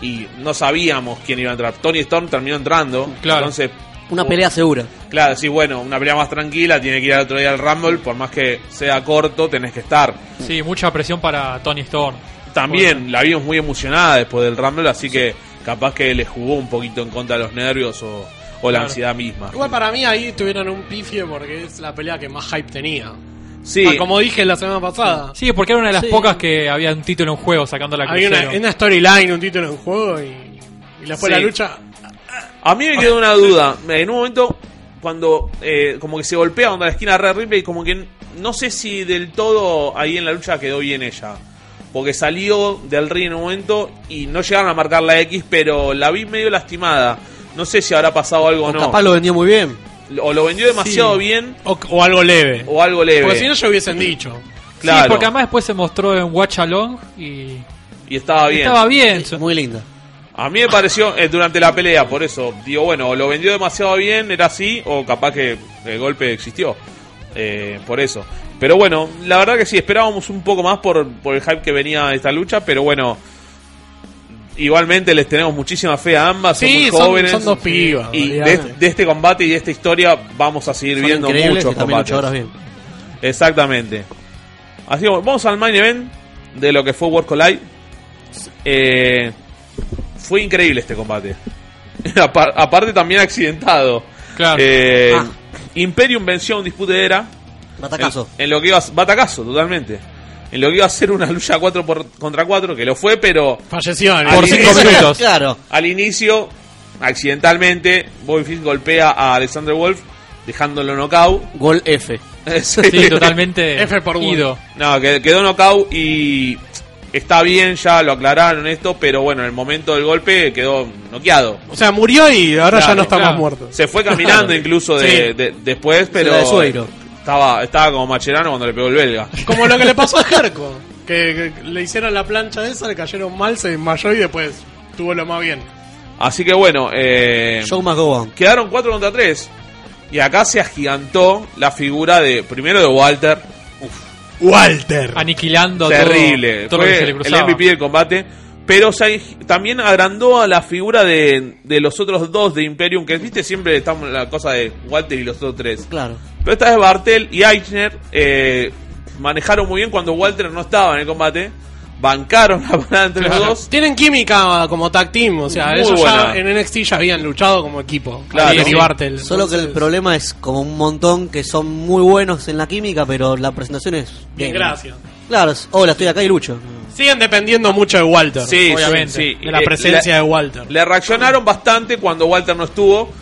[SPEAKER 6] y no sabíamos quién iba a entrar. Tony Storm terminó entrando,
[SPEAKER 7] Claro.
[SPEAKER 6] entonces
[SPEAKER 9] Una
[SPEAKER 6] u-
[SPEAKER 9] pelea segura.
[SPEAKER 6] Claro, sí, bueno, una pelea más tranquila, tiene que ir al otro día al Rumble, por más que sea corto, tenés que estar.
[SPEAKER 7] Sí, mucha presión para Tony Storm.
[SPEAKER 6] También la vimos muy emocionada después del Rumble, así que capaz que le jugó un poquito en contra de los nervios o, o la
[SPEAKER 7] Claro.
[SPEAKER 6] ansiedad misma.
[SPEAKER 8] Igual para mí ahí tuvieron un pifio porque es la pelea que más hype tenía.
[SPEAKER 6] Sí.
[SPEAKER 8] Ah, como dije la semana pasada.
[SPEAKER 7] Sí, porque era una de las
[SPEAKER 8] Sí.
[SPEAKER 7] pocas que había un título en juego sacando la
[SPEAKER 8] Había una,
[SPEAKER 7] crucero.
[SPEAKER 8] una storyline, un título en juego y, y después la
[SPEAKER 6] Sí.
[SPEAKER 8] lucha.
[SPEAKER 6] A mí me quedó una duda. En un momento, cuando eh, como que se golpea contra la esquina de Rhea Ripley, como que n- no sé si del todo ahí en la lucha quedó bien ella. Porque salió del ring en un momento y no llegaron a marcar la X, pero la vi medio lastimada. No sé si habrá pasado algo o,
[SPEAKER 9] O
[SPEAKER 6] no.
[SPEAKER 9] capaz lo vendió muy bien.
[SPEAKER 6] O lo vendió demasiado
[SPEAKER 8] Sí.
[SPEAKER 6] bien
[SPEAKER 8] O, o algo leve.
[SPEAKER 6] o algo leve.
[SPEAKER 8] Porque si no, yo hubiesen dicho.
[SPEAKER 6] claro.
[SPEAKER 7] Sí, porque además después se mostró en Watch Along y
[SPEAKER 6] Y estaba bien.
[SPEAKER 7] estaba bien.
[SPEAKER 9] Muy linda.
[SPEAKER 6] A mí me pareció eh, durante la pelea, por eso digo, bueno, o lo vendió demasiado bien, era así, o capaz que el golpe existió. Eh, por eso. Pero bueno, la verdad que sí, esperábamos un poco más por, por el hype que venía de esta lucha, pero bueno, igualmente les tenemos muchísima fe a ambas, son muy
[SPEAKER 8] Sí, son,
[SPEAKER 6] jóvenes.
[SPEAKER 8] son dos pibas.
[SPEAKER 6] y de,
[SPEAKER 8] olvidate.
[SPEAKER 6] de este combate y de esta historia vamos a seguir
[SPEAKER 9] Son
[SPEAKER 6] viendo
[SPEAKER 9] increíbles
[SPEAKER 6] muchos
[SPEAKER 9] y también
[SPEAKER 6] combates.
[SPEAKER 9] luchadoras bien.
[SPEAKER 6] Exactamente. Así que bueno, vamos al main event de lo que fue World Collide. Eh, fue increíble este combate. Apar- aparte también accidentado.
[SPEAKER 7] Claro.
[SPEAKER 6] Eh,
[SPEAKER 9] Ah.
[SPEAKER 6] Imperium venció un dispute de era.
[SPEAKER 9] Batacazo.
[SPEAKER 6] En, en lo que iba a, batacazo, totalmente. En lo que iba a ser una lucha 4 por, contra 4, que lo fue, pero
[SPEAKER 8] Falleció en el-
[SPEAKER 7] Por
[SPEAKER 6] Ahí
[SPEAKER 7] cinco
[SPEAKER 6] dice-
[SPEAKER 7] minutos.
[SPEAKER 9] Claro.
[SPEAKER 6] al inicio, accidentalmente, Bobby Fish golpea a Alexander Wolf, dejándolo knockout.
[SPEAKER 9] Gol F.
[SPEAKER 7] Sí, totalmente.
[SPEAKER 8] F por Wolf.
[SPEAKER 7] ido.
[SPEAKER 6] No, que- quedó knockout y está bien, ya lo aclararon esto, pero bueno, en el momento del golpe quedó noqueado.
[SPEAKER 8] O sea, murió y ahora ya
[SPEAKER 6] Claro,
[SPEAKER 8] no está
[SPEAKER 7] claro.
[SPEAKER 8] más muerto.
[SPEAKER 6] Se fue caminando incluso de,
[SPEAKER 8] Sí.
[SPEAKER 6] de- después, pero
[SPEAKER 9] la de suero.
[SPEAKER 6] estaba estaba como Macherano cuando le pegó el belga.
[SPEAKER 8] Como lo que le pasó a Jerko. Que, que le hicieron la plancha esa, le cayeron mal, se desmayó y después tuvo lo más bien.
[SPEAKER 6] Así que bueno, eh,
[SPEAKER 9] Show must go on.
[SPEAKER 6] quedaron 4 contra 3 y acá se agigantó la figura de primero de Walter,
[SPEAKER 8] Walter.
[SPEAKER 7] Aniquilando todo-
[SPEAKER 6] terrible,
[SPEAKER 7] todo, lo que
[SPEAKER 6] Fue
[SPEAKER 7] se le
[SPEAKER 6] el
[SPEAKER 7] cruzaba.
[SPEAKER 6] MVP del combate. Pero se ag- también agrandó a la figura de, de los otros dos de Imperium, que viste siempre estamos en la cosa de Walter y los otros tres.
[SPEAKER 9] Claro.
[SPEAKER 6] Pero esta vez Bartel y Eichner eh, manejaron muy bien cuando Walter no estaba en el combate. Bancaron la parada entre los dos.
[SPEAKER 8] Tienen química como tag team, o sea,
[SPEAKER 6] Muy
[SPEAKER 8] ellos
[SPEAKER 6] buena.
[SPEAKER 8] ya en NXT ya habían luchado como equipo.
[SPEAKER 6] Claro,
[SPEAKER 8] Ariel
[SPEAKER 6] sí.
[SPEAKER 8] y Bartel.
[SPEAKER 9] Solo que el problema es como un montón que son muy buenos en la química, pero la presentación es.
[SPEAKER 8] Bien,
[SPEAKER 9] bien.
[SPEAKER 8] gracias.
[SPEAKER 9] Claro, es, hola, estoy acá y lucho.
[SPEAKER 8] Siguen dependiendo mucho de Walter.
[SPEAKER 6] Sí, sí,
[SPEAKER 7] obviamente,
[SPEAKER 6] sí.
[SPEAKER 8] De la
[SPEAKER 6] Eh,
[SPEAKER 8] presencia
[SPEAKER 6] le-
[SPEAKER 8] de Walter.
[SPEAKER 6] Le reaccionaron bastante cuando Walter no estuvo.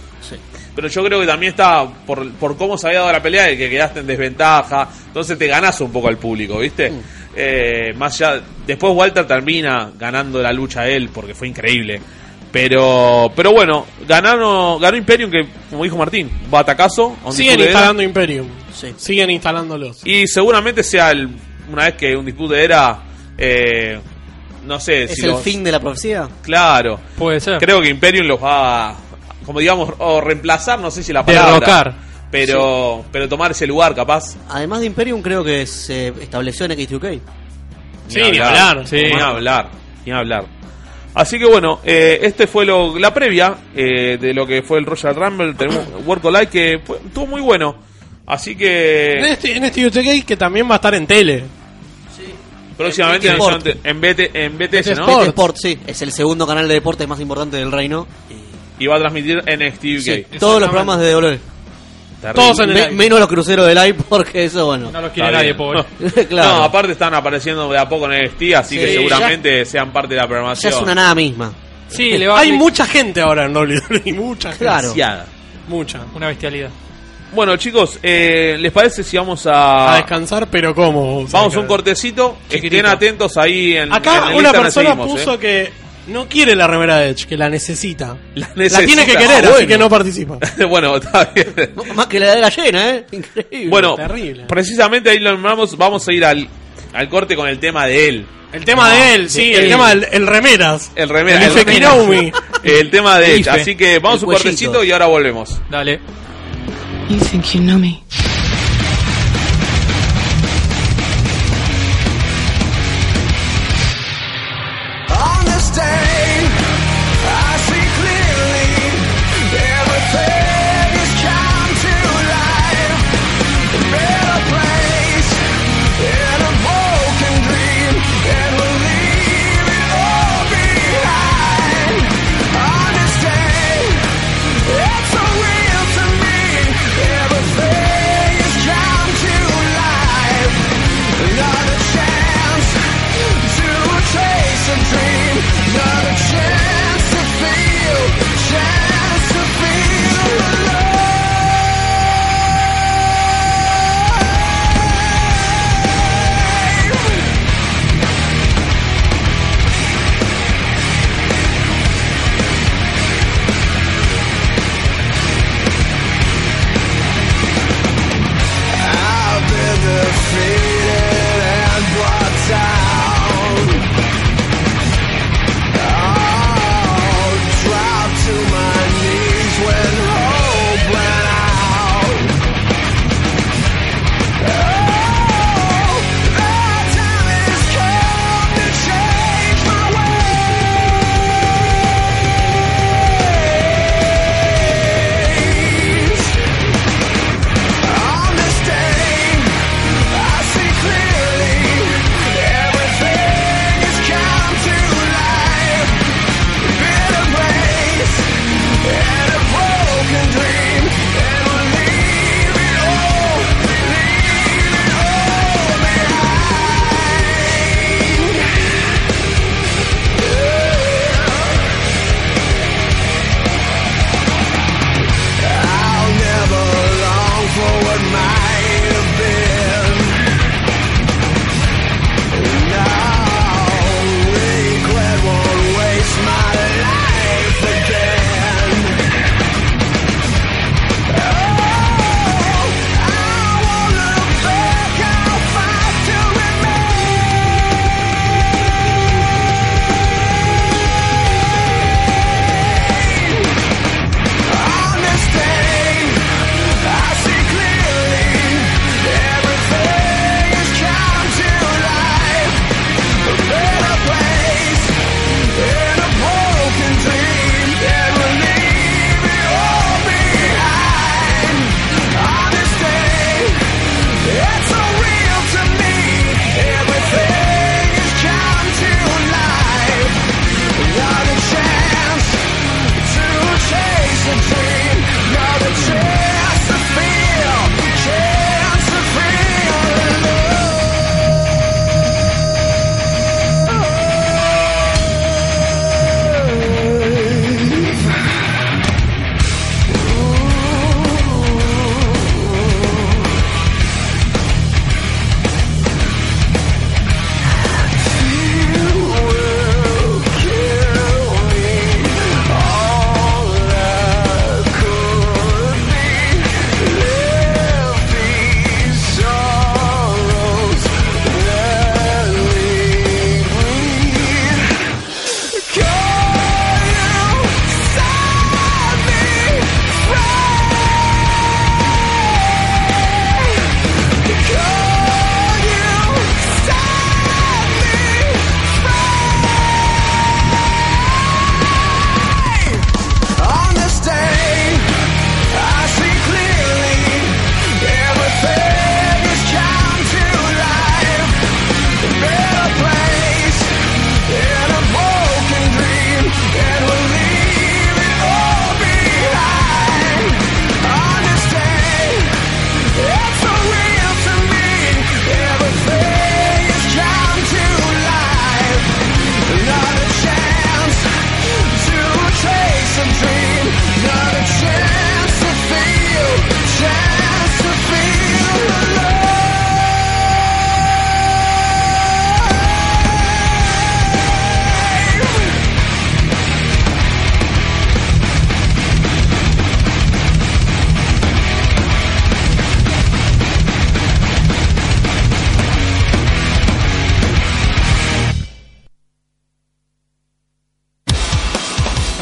[SPEAKER 6] Pero yo creo que también está por, por cómo se había dado la pelea de que quedaste en desventaja. Entonces te ganás un poco al público, ¿viste? Eh, más ya después Walter termina ganando la lucha él porque fue increíble. Pero pero bueno, ganaron ganó Imperium que como dijo Martín, batacazo, on
[SPEAKER 8] Siguen
[SPEAKER 6] disputed era.
[SPEAKER 8] instalando Imperium.
[SPEAKER 9] Sí.
[SPEAKER 8] Siguen instalándolos.
[SPEAKER 6] y seguramente sea el- una vez que un dispute era eh, no sé
[SPEAKER 9] ¿Es
[SPEAKER 6] si
[SPEAKER 9] el
[SPEAKER 6] lo-
[SPEAKER 9] fin de la profecía?
[SPEAKER 6] claro.
[SPEAKER 7] Puede ser.
[SPEAKER 6] Creo que Imperium los va a, como digamos, o reemplazar, no sé si la palabra.
[SPEAKER 7] Derrocar.
[SPEAKER 6] Pero, pero tomar ese lugar, capaz.
[SPEAKER 9] Además de Imperium, creo que se estableció en X2K.
[SPEAKER 8] Sí, ni hablar.
[SPEAKER 7] sí.
[SPEAKER 6] Ni hablar, ni hablar. Así que bueno, eh, este fue lo, la previa eh, de lo que fue el Royal Rumble. Tenemos Work Live que fue- estuvo muy bueno. Así
[SPEAKER 8] En
[SPEAKER 9] Eh,
[SPEAKER 6] que
[SPEAKER 8] este, en este UK que también va a estar en tele.
[SPEAKER 6] próximamente en,
[SPEAKER 9] eh, Sport.
[SPEAKER 6] en, BT en BTS, ¿no?
[SPEAKER 9] Sport. sí. Es el segundo canal de deportes más importante del reino.
[SPEAKER 6] Y va a transmitir en NXT UK.
[SPEAKER 9] Sí, todos los programas de WWE.
[SPEAKER 6] Terrible.
[SPEAKER 8] todos en-
[SPEAKER 9] Me- menos los cruceros del AI, porque eso, bueno.
[SPEAKER 7] No lo quiere
[SPEAKER 6] Está
[SPEAKER 7] nadie,
[SPEAKER 6] bien.
[SPEAKER 7] pobre.
[SPEAKER 9] Claro.
[SPEAKER 6] No, aparte están apareciendo de a poco en NXT, así que
[SPEAKER 9] Sí,
[SPEAKER 6] seguramente sean parte de la
[SPEAKER 9] ya
[SPEAKER 6] programación.
[SPEAKER 9] es una nada misma.
[SPEAKER 7] Sí, le va
[SPEAKER 8] Hay
[SPEAKER 7] le-
[SPEAKER 8] mucha gente ahora en WWE. Mucha gente.
[SPEAKER 9] Claro.
[SPEAKER 6] Demasiada.
[SPEAKER 8] Mucha.
[SPEAKER 7] Una bestialidad.
[SPEAKER 6] Bueno, chicos, eh, ¿les parece si vamos a.
[SPEAKER 8] A descansar, pero ¿cómo?
[SPEAKER 6] Ah. vamos a un cortecito.
[SPEAKER 7] Chiquitito.
[SPEAKER 6] Estén atentos ahí en. en
[SPEAKER 8] Acá
[SPEAKER 6] el
[SPEAKER 8] una
[SPEAKER 6] Instagram
[SPEAKER 8] persona
[SPEAKER 6] seguimos,
[SPEAKER 8] puso
[SPEAKER 6] eh.
[SPEAKER 8] que no quiere la remera de Edge, que la necesita.
[SPEAKER 6] La
[SPEAKER 8] La
[SPEAKER 6] necesita.
[SPEAKER 8] tiene que querer,
[SPEAKER 6] Ah,
[SPEAKER 8] así
[SPEAKER 6] bueno.
[SPEAKER 8] que no participa.
[SPEAKER 6] ¿eh? bueno, está bien.
[SPEAKER 9] M- Más que la de la llena, ¿eh? Increíble.
[SPEAKER 6] Bueno,
[SPEAKER 8] terrible.
[SPEAKER 6] precisamente ahí lo nombramos. Vamos a ir al, al corte con el tema de él.
[SPEAKER 8] El tema
[SPEAKER 6] Ah,
[SPEAKER 8] de él, Ah, sí,
[SPEAKER 7] de
[SPEAKER 8] el
[SPEAKER 7] él.
[SPEAKER 8] tema del el remeras.
[SPEAKER 6] El remera.
[SPEAKER 8] El Fekinomi.
[SPEAKER 6] El tema de él.
[SPEAKER 7] Ife.
[SPEAKER 6] Así que vamos a
[SPEAKER 9] El
[SPEAKER 6] un
[SPEAKER 9] cuellito.
[SPEAKER 6] cortecito y ahora volvemos.
[SPEAKER 7] Dale.
[SPEAKER 11] You think you know me?
[SPEAKER 3] On this day, I see clearly everything has come to life. A better place in a broken dream, and we'll leave it all behind. On this day, it's so real to me. Everything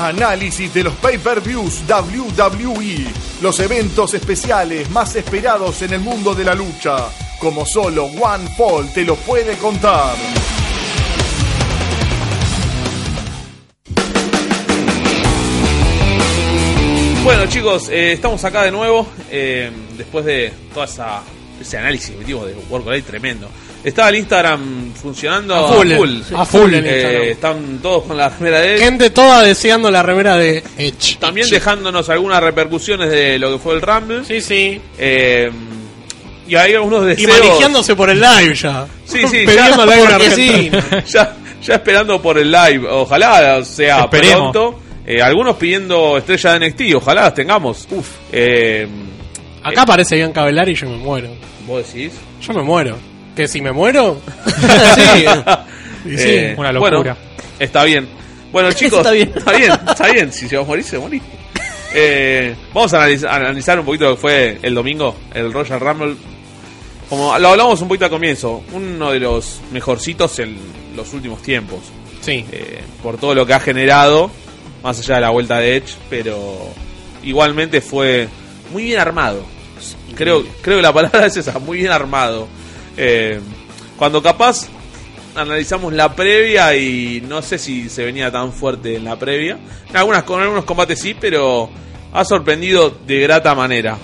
[SPEAKER 10] Análisis de los pay-per-views WWE, los eventos especiales más esperados en el mundo de la lucha, como solo One Paul te lo puede contar.
[SPEAKER 6] Bueno chicos, eh, estamos acá de nuevo eh, después de todo esa, ese análisis que metimos de World Collide tremendo. Estaba el Instagram funcionando
[SPEAKER 8] A full, sí. A full el
[SPEAKER 6] Eh,
[SPEAKER 8] Instagram.
[SPEAKER 6] están todos con la remera de él.
[SPEAKER 8] Gente toda deseando la remera de Edge.
[SPEAKER 6] Eh, También dejándonos algunas repercusiones de lo que fue el Rumble. Sí,
[SPEAKER 8] sí.
[SPEAKER 6] y hay algunos
[SPEAKER 8] Y
[SPEAKER 6] deseos.
[SPEAKER 8] manejándose por el live ya.
[SPEAKER 6] Sí, sí, ya,
[SPEAKER 8] Pidiendo live
[SPEAKER 6] porque
[SPEAKER 8] en
[SPEAKER 6] sí. ya, ya esperando por el live. Ojalá sea
[SPEAKER 8] Esperemos.
[SPEAKER 6] pronto. Eh, algunos pidiendo estrella de NXT. Ojalá las tengamos. Eh,
[SPEAKER 8] Acá aparece bien Cabelar y yo me muero.
[SPEAKER 6] ¿Vos decís?
[SPEAKER 8] Yo me muero. ¿Que si me muero? sí. Y sí.
[SPEAKER 6] Eh, bueno, está bien. Bueno, chicos,
[SPEAKER 8] Está
[SPEAKER 6] está
[SPEAKER 8] bien.
[SPEAKER 6] bien. está bien, Si se va a morir, se va a morir. Eh, vamos a analiz- a analizar, un poquito lo que fue el domingo, el Royal Rumble. Como lo hablamos un poquito al comienzo, uno de los mejorcitos en los últimos tiempos.
[SPEAKER 8] Sí.
[SPEAKER 6] eh, por todo lo que ha generado, más allá de la vuelta de Edge, pero igualmente fue muy bien armado. Creo, creo que la palabra es esa, muy bien armado. Eh, cuando capaz analizamos la previa y no sé si se venía tan fuerte en la previa. En algunas, con algunos combates sí, pero ha sorprendido de grata manera.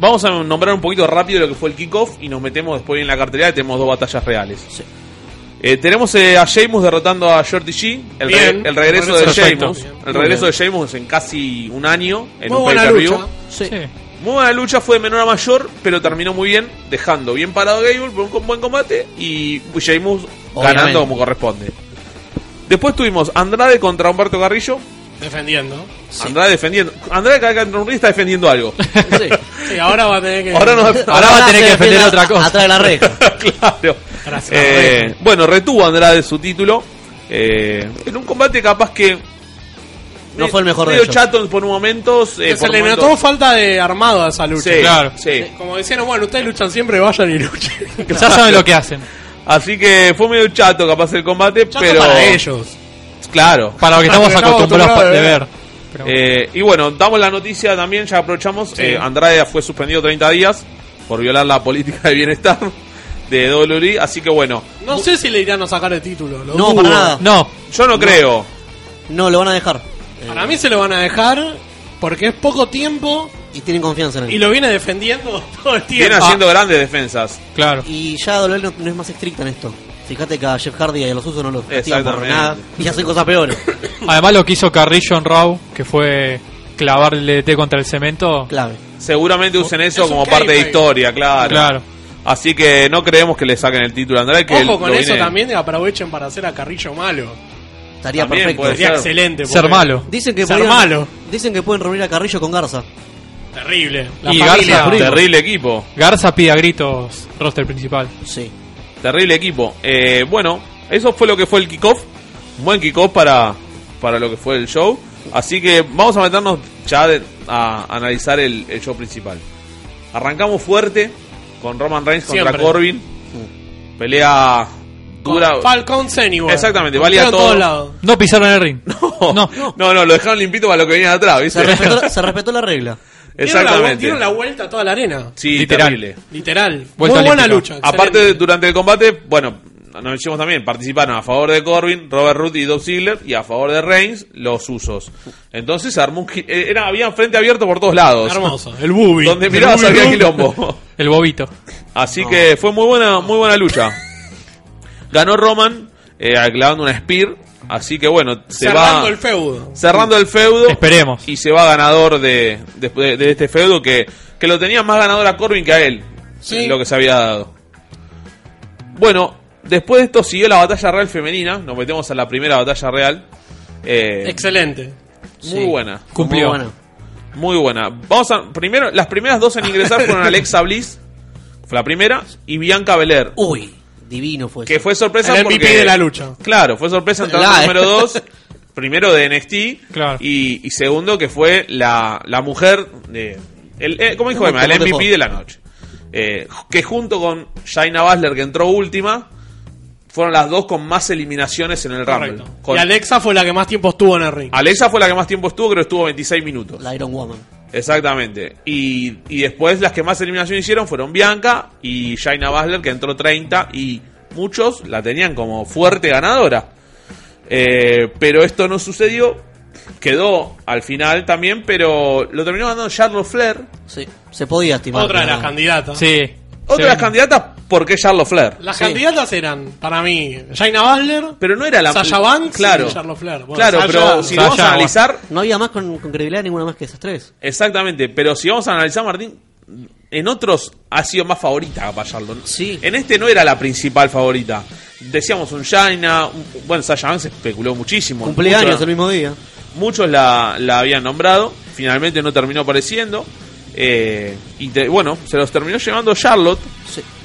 [SPEAKER 6] Vamos a nombrar un poquito rápido lo que fue el kickoff y nos metemos después en la cartelera y tenemos dos batallas reales. Eh, tenemos eh, a Sheamus derrotando a Shorty G, el,
[SPEAKER 8] Bien.
[SPEAKER 6] re- el regreso de
[SPEAKER 8] Perfecto.
[SPEAKER 6] Sheamus,
[SPEAKER 8] Bien.
[SPEAKER 6] el
[SPEAKER 8] Muy
[SPEAKER 6] regreso de
[SPEAKER 8] bien.
[SPEAKER 6] Sheamus en casi un año en
[SPEAKER 8] Muy
[SPEAKER 6] un
[SPEAKER 8] buena
[SPEAKER 6] pay-per-view.
[SPEAKER 8] lucha. Sí.
[SPEAKER 6] Muy buena lucha, fue de menor a mayor, pero terminó muy bien, dejando bien parado a Gable por un com- buen combate y Sheamus
[SPEAKER 8] Obviamente.
[SPEAKER 6] ganando como corresponde. Después tuvimos Andrade contra Humberto Carrillo.
[SPEAKER 8] Defendiendo.
[SPEAKER 6] Andrade defendiendo. Andrade cada vez que entra en un ring está defendiendo algo.
[SPEAKER 8] Sí, ahora va a tener que.
[SPEAKER 6] Ahora, no-
[SPEAKER 8] se defiende
[SPEAKER 6] Atrás de la red. claro. Eh, bueno, retuvo Andrade su título. eh, en un combate capaz que.
[SPEAKER 9] No
[SPEAKER 6] me-
[SPEAKER 9] fue el mejor de
[SPEAKER 6] medio
[SPEAKER 9] ellos.
[SPEAKER 6] chato por momentos. eh,
[SPEAKER 8] Que se
[SPEAKER 6] por
[SPEAKER 8] le
[SPEAKER 6] momentos-
[SPEAKER 8] notó falta de armado a esa lucha. Eh,
[SPEAKER 6] Sí, Claro. sí.
[SPEAKER 8] Como decían, bueno, ustedes luchan siempre, vayan y luchen.
[SPEAKER 6] Ya saben lo que
[SPEAKER 7] hacen.
[SPEAKER 6] Así que fue medio chato capaz el combate, pero.
[SPEAKER 8] para ellos.
[SPEAKER 6] Claro.
[SPEAKER 7] Para lo que estamos
[SPEAKER 6] Para lo Ah, que estamos
[SPEAKER 7] acostumbrados de ver.
[SPEAKER 6] acostumbrados Eh, y bueno, damos la noticia también, ya aprovechamos.
[SPEAKER 7] Sí.
[SPEAKER 6] eh, Andrade fue suspendido 30 días por violar la política de bienestar de WWE. Así que bueno,
[SPEAKER 8] No sé si le irán a sacar el título. lo
[SPEAKER 9] No,
[SPEAKER 8] dudo.
[SPEAKER 9] para
[SPEAKER 6] eh.
[SPEAKER 9] nada.
[SPEAKER 7] No.
[SPEAKER 6] Yo no, creo.
[SPEAKER 9] No, lo van a dejar.
[SPEAKER 8] Para mí se lo van a dejar porque es poco tiempo
[SPEAKER 9] Y tienen confianza en él.
[SPEAKER 8] y lo viene defendiendo todo el tiempo.
[SPEAKER 6] viene haciendo grandes defensas.
[SPEAKER 7] Claro.
[SPEAKER 9] Y ya WWE no, no es más estricta en esto. Fíjate que a Jeff Hardy y a los usos no los castigan por
[SPEAKER 6] Exactamente.
[SPEAKER 9] nada. Y hacen cosas peores.
[SPEAKER 7] Además lo que hizo Carrillo en Raw, que fue clavar el DT contra el cemento.
[SPEAKER 9] Clave.
[SPEAKER 6] Seguramente usen eso
[SPEAKER 7] un
[SPEAKER 6] como parte de
[SPEAKER 7] kayfabe.
[SPEAKER 6] historia, claro.
[SPEAKER 7] Claro.
[SPEAKER 6] Así que no creemos que le saquen el título a Andrade. Que
[SPEAKER 8] Ah, Ojo con
[SPEAKER 6] lo
[SPEAKER 8] eso
[SPEAKER 6] viene-
[SPEAKER 8] también, aprovechen para hacer a Carrillo malo.
[SPEAKER 9] Estaría
[SPEAKER 6] También
[SPEAKER 9] perfecto.
[SPEAKER 6] puede
[SPEAKER 8] Sería ser. excelente,
[SPEAKER 7] Ser porque- malo.
[SPEAKER 9] Dicen que,
[SPEAKER 8] Ser
[SPEAKER 9] podrían-
[SPEAKER 8] malo.
[SPEAKER 9] dicen que pueden reunir a Carrillo con Garza.
[SPEAKER 8] Terrible.
[SPEAKER 9] La
[SPEAKER 7] y
[SPEAKER 9] familia
[SPEAKER 7] Garza,
[SPEAKER 9] Primo.
[SPEAKER 6] Terrible equipo.
[SPEAKER 7] Garza pide a gritos roster principal.
[SPEAKER 9] Sí.
[SPEAKER 6] Terrible equipo. Eh, bueno, eso fue lo que fue el kickoff. Un buen kickoff para, para lo que fue el show. Así que vamos a meternos ya de- a analizar el, el show principal. Arrancamos fuerte con Roman Reigns contra
[SPEAKER 8] Siempre.
[SPEAKER 6] Corbin. Pelea dura.
[SPEAKER 8] Falcon Senior.
[SPEAKER 6] Exactamente, valía todo.
[SPEAKER 7] No pisaron el ring.
[SPEAKER 6] No, no, no, lo dejaron limpito para lo que venía atrás, ¿viste?
[SPEAKER 9] Se respetó, se respetó la regla.
[SPEAKER 6] Exactamente.
[SPEAKER 8] Dieron la vuelta a toda la arena.
[SPEAKER 6] Sí,
[SPEAKER 7] Literal.
[SPEAKER 6] terrible.
[SPEAKER 8] Literal.
[SPEAKER 6] Vuelta
[SPEAKER 8] Muy buena
[SPEAKER 6] olímpica.
[SPEAKER 8] lucha. excelente.
[SPEAKER 6] Aparte, durante el combate, bueno, nos hicimos también, participaron a favor de Corbin, Robert Root y Doug Ziggler, y a favor de Reigns, los usos. Entonces se armó un gi- eh, era Había frente abierto por todos lados.
[SPEAKER 8] Hermoso. El booby.
[SPEAKER 6] Donde
[SPEAKER 8] El
[SPEAKER 6] mirabas
[SPEAKER 8] booby
[SPEAKER 6] había
[SPEAKER 8] room.
[SPEAKER 6] quilombo.
[SPEAKER 7] El bobito.
[SPEAKER 6] Así que fue muy buena, muy buena lucha. Ganó Roman, eh, clavando una Spear. Así que bueno, se
[SPEAKER 8] Cerrando
[SPEAKER 6] va
[SPEAKER 8] el feudo.
[SPEAKER 6] cerrando el feudo.
[SPEAKER 7] Esperemos.
[SPEAKER 6] Y se va ganador de, de, de este feudo que, que lo tenía más ganador a Corbin que a él.
[SPEAKER 8] Sí.
[SPEAKER 6] en Lo que se había dado. Bueno, después de esto siguió la batalla real femenina. Nos metemos a la primera batalla real. Eh,
[SPEAKER 8] Excelente.
[SPEAKER 6] muy buena.
[SPEAKER 7] Cumplió.
[SPEAKER 9] Muy bueno.
[SPEAKER 6] Muy buena. Vamos a. Primero, las primeras dos en ingresar fueron Alexa Bliss. Fue la primera. Y Bianca Belair.
[SPEAKER 9] Uy, divino fue.
[SPEAKER 6] Que fue sorpresa
[SPEAKER 8] El MVP
[SPEAKER 6] porque-
[SPEAKER 8] de la lucha.
[SPEAKER 6] Claro, fue sorpresa en tanto
[SPEAKER 9] La-
[SPEAKER 6] número 2. Primero de NXT.
[SPEAKER 7] Claro.
[SPEAKER 6] Y, y segundo que fue la, la mujer de. El, eh, ¿Cómo dijo
[SPEAKER 9] No,
[SPEAKER 6] Emma? El
[SPEAKER 9] como te
[SPEAKER 6] MVP
[SPEAKER 9] puedo.
[SPEAKER 6] de la noche. Eh, que junto con Shaina Basler, que entró última, fueron las dos con más eliminaciones en el Rumble. Con-
[SPEAKER 8] Y Alexa fue la que más tiempo estuvo en el ring.
[SPEAKER 6] Alexa fue la que más tiempo estuvo, creo que estuvo 26 minutos.
[SPEAKER 9] La Iron Woman.
[SPEAKER 6] Exactamente. Y, y después las que más eliminación hicieron fueron Bianca y Shaina Baszler, que entró 30 y muchos la tenían como fuerte ganadora. Eh, pero esto no sucedió. Quedó al final también, pero lo terminó ganando Charlotte Flair.
[SPEAKER 9] Sí, se podía estimar.
[SPEAKER 8] Otra de las candidatas.
[SPEAKER 7] Sí.
[SPEAKER 6] Otra de las Ah. candidatas, ¿por qué Charlotte Flair?
[SPEAKER 8] Las candidatas eran, para mí, Jaina Butler.
[SPEAKER 6] Pero no era la-
[SPEAKER 8] Sasha Banks
[SPEAKER 6] Claro.
[SPEAKER 8] y Charlotte Flair. Bueno,
[SPEAKER 6] Claro,
[SPEAKER 8] Sasha-
[SPEAKER 6] pero si lo vamos a analizar,
[SPEAKER 9] No había más con, con credibilidad ninguna más que esas tres.
[SPEAKER 6] Exactamente, pero si vamos a analizar, Martín, en otros ha sido más favorita capaz Charlotte. Sí. En este no era la principal favorita. Decíamos un Shaina, un- bueno, Sasha Banks especuló muchísimo.
[SPEAKER 9] Cumpleaños
[SPEAKER 6] Muchos-
[SPEAKER 9] el mismo día.
[SPEAKER 7] Ah,
[SPEAKER 6] Muchos la, la habían nombrado, finalmente no terminó apareciendo. eh, y te- bueno, se los terminó llevando Charlotte,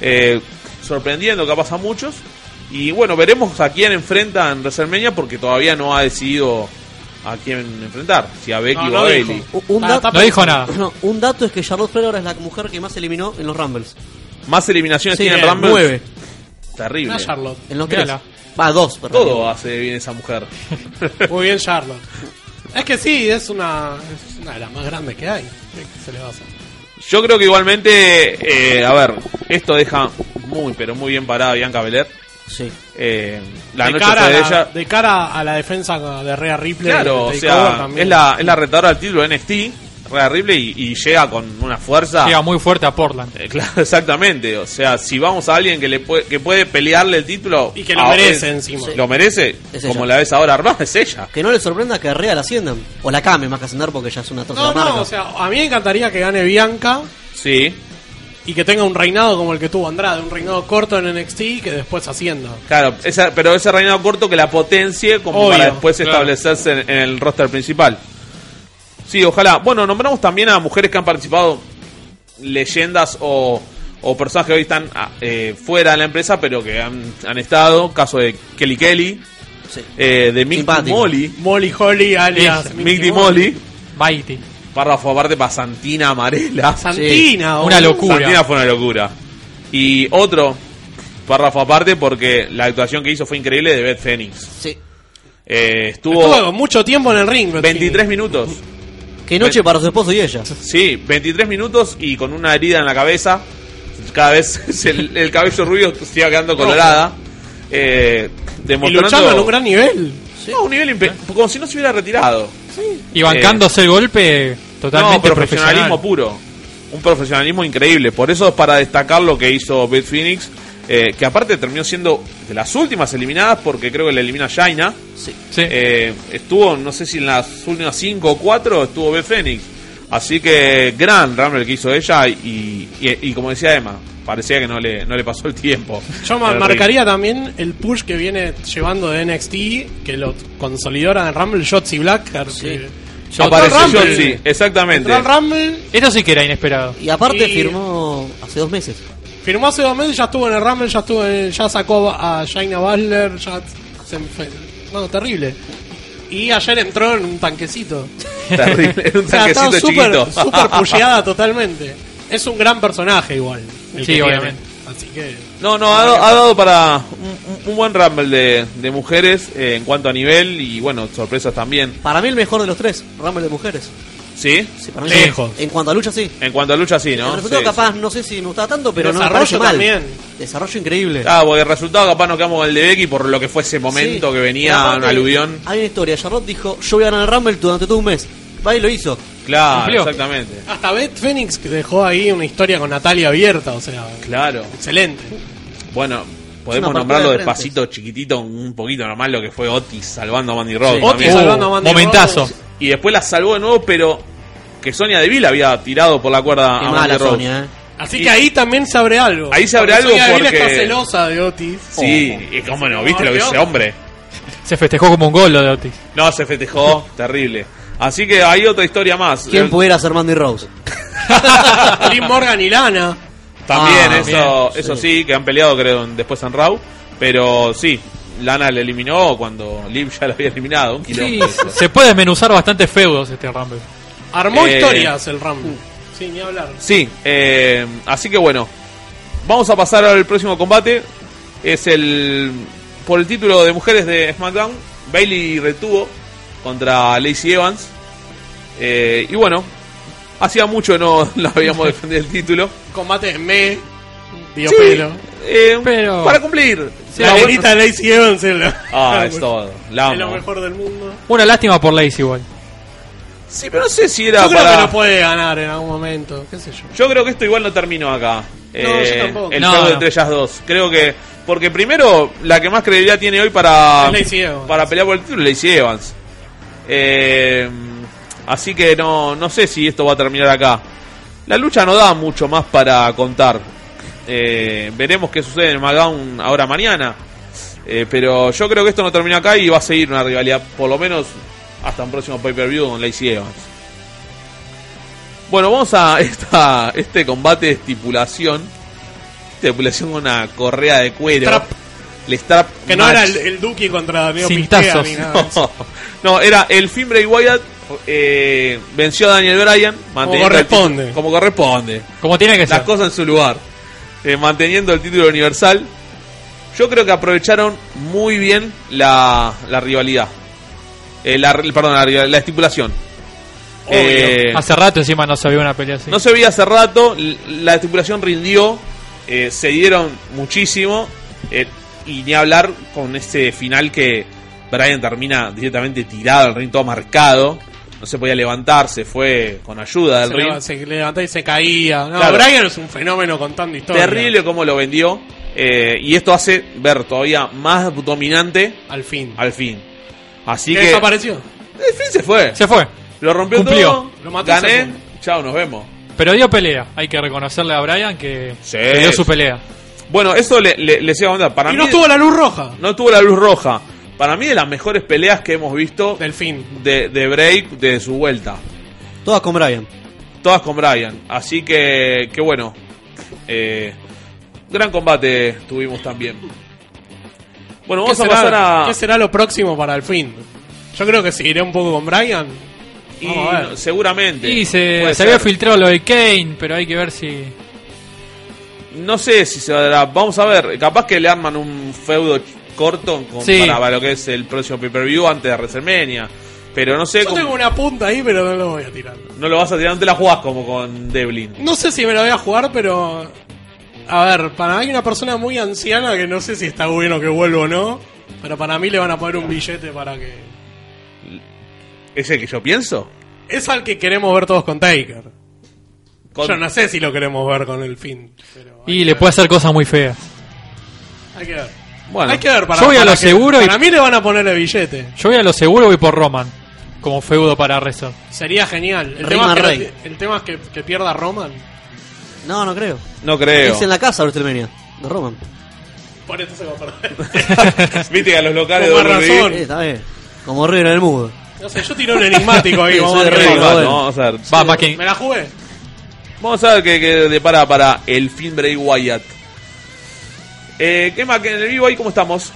[SPEAKER 6] eh, sorprendiendo capaz a muchos. Y bueno, veremos a quién enfrenta en WrestleMania porque todavía no ha decidido a quién enfrentar, si a Becky
[SPEAKER 9] No,
[SPEAKER 6] o
[SPEAKER 9] no
[SPEAKER 6] a
[SPEAKER 9] dijo.
[SPEAKER 6] Bailey.
[SPEAKER 9] Un dato-
[SPEAKER 7] no dijo nada.
[SPEAKER 9] No, un dato es que Charlotte Flair ahora es la mujer que más eliminó en los Rumbles.
[SPEAKER 6] Más eliminaciones
[SPEAKER 9] Sí,
[SPEAKER 6] tiene
[SPEAKER 8] eh,
[SPEAKER 9] bien,
[SPEAKER 6] Rumble.
[SPEAKER 9] nueve.
[SPEAKER 6] Terrible.
[SPEAKER 9] No, Charlotte. En los
[SPEAKER 6] Mírala.
[SPEAKER 9] tres. Va, dos, perdón.
[SPEAKER 6] Todo hace bien esa mujer.
[SPEAKER 8] Muy bien, Charlotte. Es que sí, es una, es una de las más grandes que hay. ¿Qué se le va a hacer?
[SPEAKER 6] Yo creo que igualmente, eh, a ver, esto deja muy, pero muy bien parada a Bianca Belair. Eh,
[SPEAKER 9] Sí.
[SPEAKER 6] la
[SPEAKER 8] de,
[SPEAKER 6] noche
[SPEAKER 8] cara
[SPEAKER 6] fue
[SPEAKER 8] a
[SPEAKER 6] de
[SPEAKER 8] la-
[SPEAKER 6] ella.
[SPEAKER 8] de cara a la defensa de Rhea Ripley.
[SPEAKER 6] Claro, o
[SPEAKER 8] de Takeover
[SPEAKER 6] sea,
[SPEAKER 8] también.
[SPEAKER 6] es la, es la retadora del título de NXT, Rhea Ripley, y, y llega con una fuerza.
[SPEAKER 7] Llega muy fuerte a Portland.
[SPEAKER 6] Eh, Claro, exactamente. O sea, si vamos a alguien que le puede, que puede pelearle el título.
[SPEAKER 8] Y que lo
[SPEAKER 6] ah,
[SPEAKER 8] merece
[SPEAKER 6] es-
[SPEAKER 8] encima.
[SPEAKER 6] Lo merece,
[SPEAKER 9] Es
[SPEAKER 6] como
[SPEAKER 9] ella.
[SPEAKER 6] la ves ahora armada, es ella.
[SPEAKER 9] Que no le sorprenda que Rea la asciendan. O la Kame más que ascender porque ya es una troza
[SPEAKER 8] No,
[SPEAKER 9] de la marca.
[SPEAKER 8] no, o sea, a mí me encantaría que gane Bianca
[SPEAKER 6] Sí.
[SPEAKER 8] y que tenga un reinado como el que tuvo Andrade, un reinado corto en NXT y que después ascienda.
[SPEAKER 6] Claro, esa- pero ese reinado corto que la potencie como
[SPEAKER 8] Obvio,
[SPEAKER 6] para después
[SPEAKER 8] claro.
[SPEAKER 6] establecerse en, en el roster principal. Sí, ojalá. Bueno, nombramos también a mujeres que han participado, leyendas o, o personas que hoy están ah, eh, fuera de la empresa, pero que han, han estado. Caso de Kelly Kelly, eh, de Mick Molly,
[SPEAKER 8] Molly Holly alias
[SPEAKER 6] Mick Mick Di Molly,
[SPEAKER 7] Mighty.
[SPEAKER 6] párrafo aparte para Santina Amarela.
[SPEAKER 8] Santina,
[SPEAKER 7] Una locura.
[SPEAKER 6] Santina fue una locura. Y otro párrafo aparte porque la actuación que hizo fue increíble de Beth Phoenix.
[SPEAKER 9] Sí.
[SPEAKER 6] Eh,
[SPEAKER 8] Estuvo
[SPEAKER 6] estuvo
[SPEAKER 8] mucho tiempo en el ring. Beth
[SPEAKER 6] 23 minutos.
[SPEAKER 9] Qué noche para su esposo y ella.
[SPEAKER 6] Sí, 23 minutos y con una herida en la cabeza. Cada vez se- el, el cabello rubio se iba quedando colorada. Eh,
[SPEAKER 8] Phoenix. Y
[SPEAKER 6] demostrando
[SPEAKER 8] luchando en un gran nivel.
[SPEAKER 6] No, un nivel impe- como si no se hubiera retirado.
[SPEAKER 7] Y bancándose el golpe totalmente
[SPEAKER 6] Eh. No, profesionalismo
[SPEAKER 7] profesional.
[SPEAKER 6] puro. Un profesionalismo increíble. Por eso es para destacar lo que hizo Beth Phoenix. eh, que aparte terminó siendo de las últimas eliminadas porque creo que la elimina Shaina. Eh, estuvo, no sé si en las últimas 5 o 4 estuvo Beth Phoenix. Así que gran Rumble que hizo ella y, y- y como decía Emma, parecía que no le, no le pasó el tiempo.
[SPEAKER 8] Yo
[SPEAKER 6] En
[SPEAKER 8] ma-
[SPEAKER 6] el
[SPEAKER 8] marcaría también el push que viene llevando de NXT, que lo consolidó ahora en Rumble, Shotzi Black. que-
[SPEAKER 6] ring.
[SPEAKER 8] Entró
[SPEAKER 6] Apareció
[SPEAKER 8] al Rumble.
[SPEAKER 6] Shotzi, exactamente.
[SPEAKER 8] Entró al Rumble.
[SPEAKER 7] Esto sí que era inesperado.
[SPEAKER 9] Y aparte
[SPEAKER 8] Y-
[SPEAKER 9] firmó hace dos meses.
[SPEAKER 8] Firmó hace dos meses, ya estuvo en el Rumble, ya estuvo en- ya sacó a Shaina Butler, ya se enfe- No, terrible. Y ayer entró en un tanquecito.
[SPEAKER 6] Terrible, en un
[SPEAKER 8] O sea, estaba
[SPEAKER 6] tanquecito
[SPEAKER 8] súper-
[SPEAKER 6] chiquito.
[SPEAKER 8] Súper pusheada totalmente. Es un gran personaje igual. el que
[SPEAKER 6] Sí,
[SPEAKER 8] tiene.
[SPEAKER 6] obviamente.
[SPEAKER 8] Así que...
[SPEAKER 6] No, no, ha, ha dado para un, un- un buen Rumble de, de mujeres eh, en cuanto a nivel y bueno, sorpresas también.
[SPEAKER 9] Para mí el mejor de los tres, Rumble de mujeres.
[SPEAKER 6] ¿Sí?
[SPEAKER 9] para mí sí. Lejos. En cuanto a lucha, sí.
[SPEAKER 6] En cuanto a lucha, sí, ¿no?
[SPEAKER 9] el resultado
[SPEAKER 6] Sí,
[SPEAKER 9] capaz, no sé si me gustaba tanto, pero no me
[SPEAKER 8] Desarrollo
[SPEAKER 9] parece mal.
[SPEAKER 8] también.
[SPEAKER 9] Desarrollo increíble.
[SPEAKER 6] Ah, porque el resultado capaz nos quedamos con el de Becky por lo que fue ese momento
[SPEAKER 9] Sí.
[SPEAKER 6] que
[SPEAKER 9] Pero
[SPEAKER 6] venía un
[SPEAKER 9] aparte,
[SPEAKER 6] aluvión.
[SPEAKER 9] Hay una historia, Charlotte dijo, yo voy a ganar el Rumble durante todo un mes. Va y lo hizo.
[SPEAKER 6] Claro,
[SPEAKER 9] Cumplió.
[SPEAKER 6] exactamente.
[SPEAKER 8] Hasta Beth Phoenix que dejó ahí una historia con Natalia abierta, o sea,
[SPEAKER 6] Claro.
[SPEAKER 8] excelente.
[SPEAKER 6] Bueno,
[SPEAKER 8] Es
[SPEAKER 6] podemos
[SPEAKER 8] una
[SPEAKER 6] nombrarlo
[SPEAKER 8] partida de frentes.
[SPEAKER 6] despacito, chiquitito, un poquito nomás lo que fue Otis salvando a Mandy Rose.
[SPEAKER 8] Otis
[SPEAKER 6] también.
[SPEAKER 8] salvando a Mandy Momentazo. Rose.
[SPEAKER 6] Y después la salvó de nuevo, pero que Sonia Deville había tirado por la cuerda
[SPEAKER 9] Qué
[SPEAKER 6] a
[SPEAKER 9] mala
[SPEAKER 6] Ah, Mandy Rose.
[SPEAKER 9] Sonia, eh.
[SPEAKER 8] Así que ahí también se abre algo.
[SPEAKER 6] Ahí se abre
[SPEAKER 8] Porque
[SPEAKER 6] algo
[SPEAKER 8] Sonia Deville
[SPEAKER 6] porque-
[SPEAKER 8] está celosa de Otis.
[SPEAKER 6] Sí,
[SPEAKER 9] Oh.
[SPEAKER 6] y cómo no, viste lo que ese hombre.
[SPEAKER 7] Se festejó como un gol lo de Otis.
[SPEAKER 6] No, se festejó, terrible. Así que hay otra historia más.
[SPEAKER 9] ¿Quién
[SPEAKER 6] Eh,
[SPEAKER 9] pudiera ser Mandy Rose?
[SPEAKER 8] Liv Oh. Morgan y Lana.
[SPEAKER 6] También,
[SPEAKER 8] Ah,
[SPEAKER 6] eso,
[SPEAKER 8] bien,
[SPEAKER 6] eso sí. que han peleado creo en- después en Raw. Pero sí, Lana le eliminó cuando Liv ya la había eliminado. Un quilombo eso.
[SPEAKER 7] Se puede desmenuzar bastantes feudos este Rumble.
[SPEAKER 8] Armó
[SPEAKER 6] Eh,
[SPEAKER 8] historias el Rumble. Sí, ni hablar.
[SPEAKER 6] Sí, eh, así que bueno, vamos a pasar al próximo combate. Es el por el título de mujeres de SmackDown, Bailey retuvo contra Lacey Evans. Eh, y bueno, hacía mucho que no la habíamos defendido el título.
[SPEAKER 8] Combate de me. Dio
[SPEAKER 6] Sí,
[SPEAKER 8] pelo.
[SPEAKER 6] eh, Para cumplir.
[SPEAKER 8] La nenita de Lacey Evans es la-
[SPEAKER 6] Ah, es todo. La
[SPEAKER 8] es lo
[SPEAKER 6] amo.
[SPEAKER 8] mejor del mundo.
[SPEAKER 7] Una lástima por Lace igual.
[SPEAKER 6] Sí, pero no sé si era
[SPEAKER 8] yo creo
[SPEAKER 6] para-
[SPEAKER 8] que lo puede ganar en algún momento. ¿Qué sé yo?
[SPEAKER 6] Yo creo que esto igual no terminó acá. Eh,
[SPEAKER 8] yo tampoco.
[SPEAKER 6] El
[SPEAKER 8] No,
[SPEAKER 6] feudo
[SPEAKER 8] no.
[SPEAKER 6] entre ellas dos. Creo que. Porque primero, la que más credibilidad tiene hoy para.
[SPEAKER 8] Es Lacey Evans.
[SPEAKER 6] Ah, Para pelear por el título, Lacey Evans. Eh, así que no, no sé si esto va a terminar acá. La lucha no da mucho más para contar. Eh, veremos qué sucede en SmackDown ahora mañana. Eh, pero yo creo que esto no termina acá y va a seguir una rivalidad, por lo menos hasta un próximo pay-per-view con Lacey Evans. Bueno, vamos a esta, este combate de estipulación. Estipulación con una correa de cuero. El strap
[SPEAKER 8] Que no
[SPEAKER 6] match.
[SPEAKER 8] era el, el Duki contra Neo Pistea
[SPEAKER 6] Cintazos.
[SPEAKER 8] ni nada.
[SPEAKER 6] No. No, era el Finn Bray Wyatt eh, venció a Daniel Bryan. manteniendo el
[SPEAKER 8] corresponde.
[SPEAKER 6] título- como corresponde.
[SPEAKER 7] Como tiene que
[SPEAKER 6] Las
[SPEAKER 7] ser.
[SPEAKER 6] cosas en su lugar. Eh, manteniendo el título universal. Yo creo que aprovecharon muy bien la, la rivalidad. Eh, la, perdón, la, rival- la estipulación. Eh,
[SPEAKER 7] Hace rato encima no se vio una pelea así.
[SPEAKER 6] no se veía hace rato, l- la estipulación rindió, eh, se dieron muchísimo, eh, y ni hablar con este final que Brian termina directamente tirado, el ring todo marcado, no se podía levantar, se fue con ayuda del
[SPEAKER 8] se,
[SPEAKER 6] ring.
[SPEAKER 8] leva- se levantaba y se caía. No,
[SPEAKER 6] Claro.
[SPEAKER 8] Brian es un fenómeno contando historias.
[SPEAKER 6] Terrible como lo vendió, eh, y esto hace ver todavía más dominante al fin. Al fin. Así
[SPEAKER 8] Que
[SPEAKER 6] que...
[SPEAKER 8] desapareció.
[SPEAKER 6] El fin se fue.
[SPEAKER 7] Se fue.
[SPEAKER 6] Lo rompió
[SPEAKER 7] Cumplió.
[SPEAKER 6] todo,
[SPEAKER 7] Lo mató en
[SPEAKER 6] gané,
[SPEAKER 7] segundo.
[SPEAKER 6] chao, nos vemos.
[SPEAKER 7] Pero dio pelea. Hay que reconocerle a Brian que, que dio su pelea.
[SPEAKER 6] Bueno, eso le, le, les iba a contar. Para
[SPEAKER 7] Y
[SPEAKER 6] mí,
[SPEAKER 7] no tuvo
[SPEAKER 8] la luz roja.
[SPEAKER 6] No tuvo la luz roja. Para mí, de las mejores peleas que hemos visto. Del fin. De, de Break, de su vuelta.
[SPEAKER 9] Todas con Brian.
[SPEAKER 6] Todas con Brian. Así que, que bueno. Eh, gran combate tuvimos también. Bueno,
[SPEAKER 8] ¿Qué
[SPEAKER 6] vamos a
[SPEAKER 8] será,
[SPEAKER 6] pasar a.
[SPEAKER 8] ¿Qué será lo próximo para el fin? Yo creo que seguiré un poco con Brian.
[SPEAKER 6] y
[SPEAKER 8] Vamos a ver.
[SPEAKER 6] seguramente.
[SPEAKER 7] Y se,
[SPEAKER 6] Puede
[SPEAKER 7] se había
[SPEAKER 6] ser.
[SPEAKER 7] filtrado lo de Kane, pero hay que ver si.
[SPEAKER 6] No sé si se dará. Vamos a ver. Capaz que le arman un feudo ch- corto con,
[SPEAKER 7] Sí.
[SPEAKER 6] para, para lo que es el próximo pay-per-view antes de WrestleMania. Pero no sé
[SPEAKER 8] Yo
[SPEAKER 6] cómo-
[SPEAKER 8] tengo una punta ahí, pero no lo voy a tirar.
[SPEAKER 6] No lo vas a tirar, no te la jugás como con Devlin.
[SPEAKER 8] No sé si me la voy a jugar, pero. A ver, para mí hay una persona muy anciana que no sé si está bueno que vuelva o no. Pero para mí le van a poner un billete para que.
[SPEAKER 6] ¿Es el que yo pienso?
[SPEAKER 8] Es al que queremos ver todos con Taker.
[SPEAKER 6] Con-
[SPEAKER 8] Yo no sé si lo queremos ver con el fin.
[SPEAKER 7] Y le puede hacer cosas muy feas.
[SPEAKER 8] Hay que ver.
[SPEAKER 7] Bueno,
[SPEAKER 8] hay que ver. Para,
[SPEAKER 7] yo voy a
[SPEAKER 8] para
[SPEAKER 7] lo
[SPEAKER 8] que-
[SPEAKER 7] seguro y-
[SPEAKER 8] Para mí le van a poner el billete.
[SPEAKER 7] Yo voy a lo seguro, voy por Roman. Como feudo para Rezar.
[SPEAKER 8] Sería genial. El
[SPEAKER 9] Rima
[SPEAKER 8] tema, es que,
[SPEAKER 9] Rey.
[SPEAKER 8] el tema es que, que pierda Roman.
[SPEAKER 9] No, no creo.
[SPEAKER 6] No creo.
[SPEAKER 9] Es en la casa de WrestleMania, de Roman.
[SPEAKER 8] Por esto se va a perder.
[SPEAKER 6] Viste que a los locales
[SPEAKER 8] Con
[SPEAKER 6] de
[SPEAKER 8] más
[SPEAKER 6] WWE.
[SPEAKER 8] razón.
[SPEAKER 9] Sí, está bien. Como River en el mudo.
[SPEAKER 8] No sé, yo tiré un enigmático ahí.
[SPEAKER 9] Sí,
[SPEAKER 8] vamos
[SPEAKER 9] soy
[SPEAKER 8] a
[SPEAKER 9] de
[SPEAKER 8] ver.
[SPEAKER 9] River,
[SPEAKER 6] Vamos,
[SPEAKER 9] bueno.
[SPEAKER 6] vamos a ver.
[SPEAKER 7] Va, va, que-
[SPEAKER 8] Me la jugué.
[SPEAKER 6] Vamos a ver qué, qué depara para el fin Bray Wyatt. Eh, ¿Qué más? que ¿En el vivo ahí cómo estamos?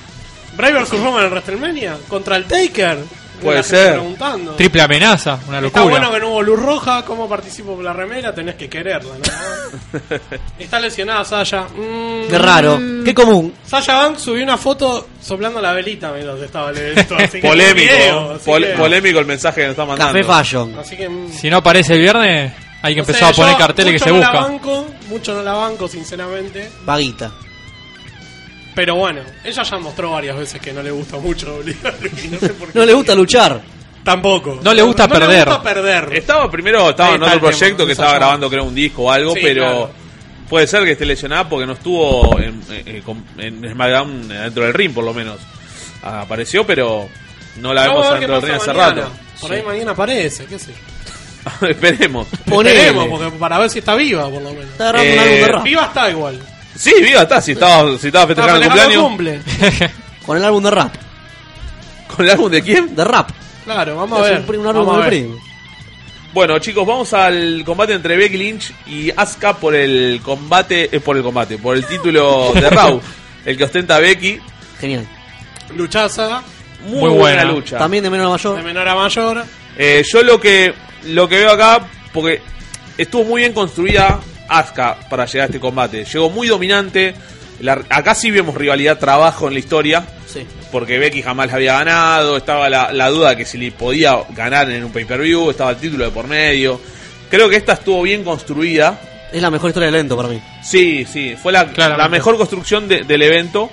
[SPEAKER 8] Bray vs Roman en WrestleMania contra el Taker.
[SPEAKER 6] Puede
[SPEAKER 8] La gente
[SPEAKER 6] ser.
[SPEAKER 8] Preguntando.
[SPEAKER 7] Triple amenaza, una
[SPEAKER 8] Está
[SPEAKER 7] locura.
[SPEAKER 8] bueno que no hubo luz roja. ¿Cómo participo por la remera? Tenés que quererla, ¿no? Está lesionada Sasha. Mm.
[SPEAKER 9] Qué raro. Qué común.
[SPEAKER 8] Sasha Banks subió una foto soplando la velita mientras estaba el evento. así que
[SPEAKER 6] Polémico.
[SPEAKER 8] un video, así
[SPEAKER 6] pol-
[SPEAKER 8] que-
[SPEAKER 6] Polémico el mensaje que nos está mandando.
[SPEAKER 8] Así que mm,
[SPEAKER 7] Si no aparece el viernes, hay que
[SPEAKER 8] no sé,
[SPEAKER 7] empezar a poner
[SPEAKER 8] yo
[SPEAKER 7] carteles que
[SPEAKER 8] mucho
[SPEAKER 7] se
[SPEAKER 8] no
[SPEAKER 7] busca.
[SPEAKER 8] La banco, mucho no la banco, sinceramente.
[SPEAKER 9] Vaguita.
[SPEAKER 8] Pero bueno, ella ya mostró varias veces que no le gusta mucho WWE, no sé por qué.
[SPEAKER 9] No le gusta luchar.
[SPEAKER 8] Tampoco.
[SPEAKER 6] No le gusta perder.
[SPEAKER 8] perder.
[SPEAKER 6] Estaba primero,
[SPEAKER 8] Ahí
[SPEAKER 6] estaba en
[SPEAKER 8] está
[SPEAKER 6] otro
[SPEAKER 8] el tema,
[SPEAKER 6] proyecto que
[SPEAKER 8] esa
[SPEAKER 6] estaba
[SPEAKER 8] zona.
[SPEAKER 6] grabando, creo, un disco o algo,
[SPEAKER 8] Sí,
[SPEAKER 6] pero
[SPEAKER 8] claro.
[SPEAKER 6] puede ser que esté lesionada porque no estuvo en, eh, con- en SmackDown eh, dentro del ring, por lo menos. Ah, Apareció, pero no la
[SPEAKER 8] Vamos
[SPEAKER 6] vemos
[SPEAKER 8] a ver qué
[SPEAKER 6] dentro del ring
[SPEAKER 8] pasa
[SPEAKER 6] hace
[SPEAKER 8] mañana.
[SPEAKER 6] rato.
[SPEAKER 8] Por ahí mañana aparece, qué sé yo.
[SPEAKER 6] Esperemos.
[SPEAKER 8] Esperemos, porque para ver si está viva, por lo menos. Está
[SPEAKER 6] grabando un Eh, álbum de rap.
[SPEAKER 8] Viva está igual.
[SPEAKER 6] Sí, viva está, si estaba, si estaba
[SPEAKER 8] Está
[SPEAKER 6] festejando el
[SPEAKER 8] festejando el
[SPEAKER 6] cumpleaños.
[SPEAKER 8] cumple.
[SPEAKER 9] Con el álbum de rap.
[SPEAKER 6] ¿Con el álbum de quién?
[SPEAKER 9] De rap.
[SPEAKER 8] Claro, vamos a
[SPEAKER 9] Es
[SPEAKER 8] ver.
[SPEAKER 9] un pri- un
[SPEAKER 8] vamos
[SPEAKER 9] álbum
[SPEAKER 8] a ver.
[SPEAKER 9] de primo.
[SPEAKER 6] Bueno, chicos, vamos al combate entre Becky Lynch y Asuka por el combate, eh, por el combate, por el título de Raw, el que ostenta Becky.
[SPEAKER 9] Genial.
[SPEAKER 8] Luchaza.
[SPEAKER 6] Muy, buena. lucha.
[SPEAKER 9] También de menor a mayor.
[SPEAKER 8] De menor a mayor.
[SPEAKER 6] Eh, yo lo que lo que veo acá, porque estuvo muy bien construida Asuka para llegar a este combate. Llegó muy dominante, La- acá sí vemos rivalidad trabajo en la historia,
[SPEAKER 9] Sí.
[SPEAKER 6] porque Becky jamás la había ganado, estaba la, la duda de que si le podía ganar en un pay-per-view, estaba el título de por medio. Creo que esta estuvo bien construida,
[SPEAKER 9] Es la mejor historia del evento para mí.
[SPEAKER 6] Sí, sí, fue la, la mejor construcción de- del evento.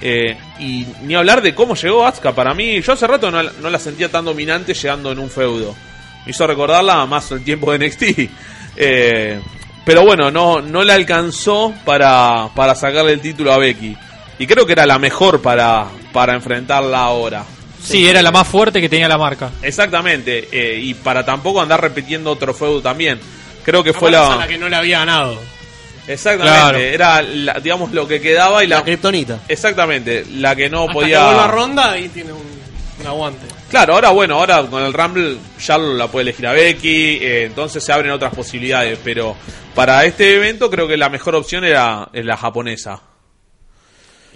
[SPEAKER 6] eh, y ni hablar de cómo llegó Asuka. Para mí, yo hace rato no, la- no la sentía tan dominante llegando en un feudo. Me hizo recordarla más el tiempo de NXT. Eh, pero bueno, no, no la alcanzó para, para sacarle el título a Becky. Y creo que era la mejor para, para enfrentarla ahora.
[SPEAKER 7] Sí, era la más fuerte que tenía la marca.
[SPEAKER 6] Exactamente. eh, y para tampoco andar repitiendo otro feudo también. Creo que fue
[SPEAKER 8] Esa
[SPEAKER 6] la...
[SPEAKER 8] es la que no le había ganado.
[SPEAKER 6] Exactamente, era la- digamos lo que quedaba y
[SPEAKER 8] Ah.
[SPEAKER 6] la,
[SPEAKER 9] criptonita.
[SPEAKER 6] Exactamente, la que no
[SPEAKER 8] Hasta que vuelva
[SPEAKER 6] podía.
[SPEAKER 8] a ronda y tiene un, un aguante.
[SPEAKER 6] claro, ahora bueno, ahora con el Rumble ya la puede elegir a Becky, eh, entonces se abren otras posibilidades, pero para este evento creo que la mejor opción era eh, la japonesa.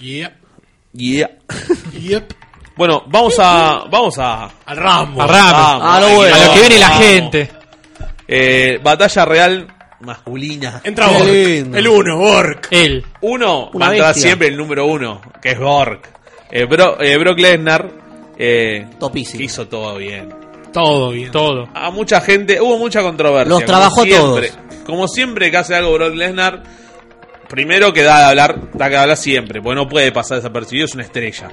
[SPEAKER 8] Yep.
[SPEAKER 6] Yeah.
[SPEAKER 8] Yep.
[SPEAKER 6] Bueno, vamos a vamos a
[SPEAKER 8] Al Rambo.
[SPEAKER 6] Al
[SPEAKER 8] Rambo. A lo Ah, bueno. A lo que viene la gente.
[SPEAKER 6] Eh, batalla real masculina.
[SPEAKER 8] Entra Borg. El uno, Borg.
[SPEAKER 7] Él.
[SPEAKER 6] Uno
[SPEAKER 8] Una
[SPEAKER 6] va a entrar
[SPEAKER 8] bestia.
[SPEAKER 6] siempre el número uno, que es Borg. Eh, Bro- eh, Brock Lesnar. Eh, Hizo todo bien.
[SPEAKER 8] Todo bien.
[SPEAKER 7] Todo.
[SPEAKER 6] A mucha gente, hubo mucha controversia.
[SPEAKER 9] Los
[SPEAKER 6] como
[SPEAKER 9] trabajó
[SPEAKER 6] siempre. Como siempre que hace algo Brock Lesnar, primero que da de hablar, da que hablar siempre, porque no puede pasar desapercibido, es una estrella.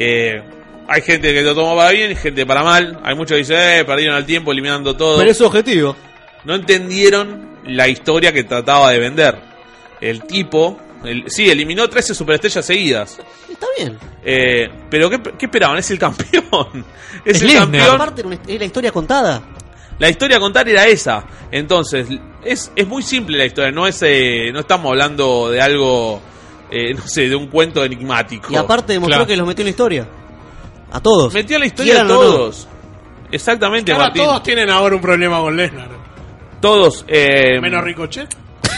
[SPEAKER 6] Eh, hay gente que lo toma para bien y gente para mal. Hay muchos que dicen, eh, perdieron el tiempo eliminando todo.
[SPEAKER 9] Pero es su objetivo.
[SPEAKER 6] No entendieron la historia que trataba de vender. El tipo, el- sí, eliminó 13 superestrellas seguidas.
[SPEAKER 9] Está bien.
[SPEAKER 6] Eh, pero ¿qué, qué esperaban? Es el campeón. Es, el
[SPEAKER 9] Lesnar.
[SPEAKER 6] campeón.
[SPEAKER 9] Aparte, era una- es la historia contada.
[SPEAKER 6] La historia a contar era esa. Entonces, es, es muy simple la historia. No es eh, no estamos hablando de algo, eh, no sé, de un cuento enigmático.
[SPEAKER 9] Y aparte demostró
[SPEAKER 6] Claro.
[SPEAKER 9] que los metió en la historia. A todos.
[SPEAKER 6] Metió en la historia a
[SPEAKER 9] Quieran o no.
[SPEAKER 6] todos. Exactamente,
[SPEAKER 8] Ahora
[SPEAKER 6] Martín.
[SPEAKER 8] todos tienen ahora un problema con Lesnar.
[SPEAKER 6] Todos. eh,
[SPEAKER 8] Menos Ricochet.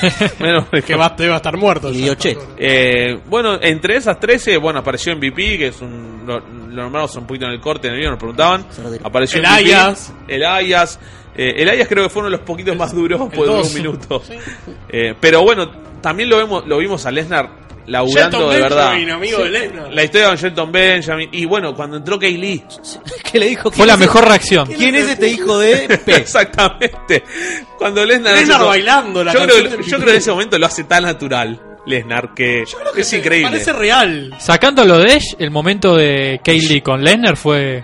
[SPEAKER 6] menos
[SPEAKER 8] Que va, debe estar muerto. ya.
[SPEAKER 6] Eh, bueno, entre esas 13, bueno, apareció MVP, que es un. Lo, lo nombramos un poquito en el corte en el video, nos preguntaban. Apareció
[SPEAKER 8] El
[SPEAKER 6] MVP,
[SPEAKER 8] Ayas.
[SPEAKER 6] El Ayas. Eh, el Ayas creo que fue uno de los poquitos más duros, por un
[SPEAKER 8] dos.
[SPEAKER 6] minuto. Eh, pero bueno, también lo vemos lo vimos a Lesnar laburando
[SPEAKER 8] Shelton
[SPEAKER 6] de
[SPEAKER 8] Benjamin,
[SPEAKER 6] verdad.
[SPEAKER 8] amigo
[SPEAKER 6] Sí.
[SPEAKER 8] de Lesnar.
[SPEAKER 6] La historia con Shelton Benjamin. Y bueno, cuando entró Kaylee.
[SPEAKER 9] que le dijo
[SPEAKER 7] Fue la mejor reacción.
[SPEAKER 9] ¿Quién es este hijo de P?
[SPEAKER 6] Exactamente. Cuando Lesnar.
[SPEAKER 8] Lesnar
[SPEAKER 6] hace eso-
[SPEAKER 8] bailando la
[SPEAKER 6] yo
[SPEAKER 8] canción
[SPEAKER 6] creo,
[SPEAKER 8] de
[SPEAKER 6] yo creo que en ese momento lo hace tan natural, Lesnar, que, es increíble.
[SPEAKER 8] real.
[SPEAKER 7] Sacando lo de Edge, el momento de Kaylee con Lesnar fue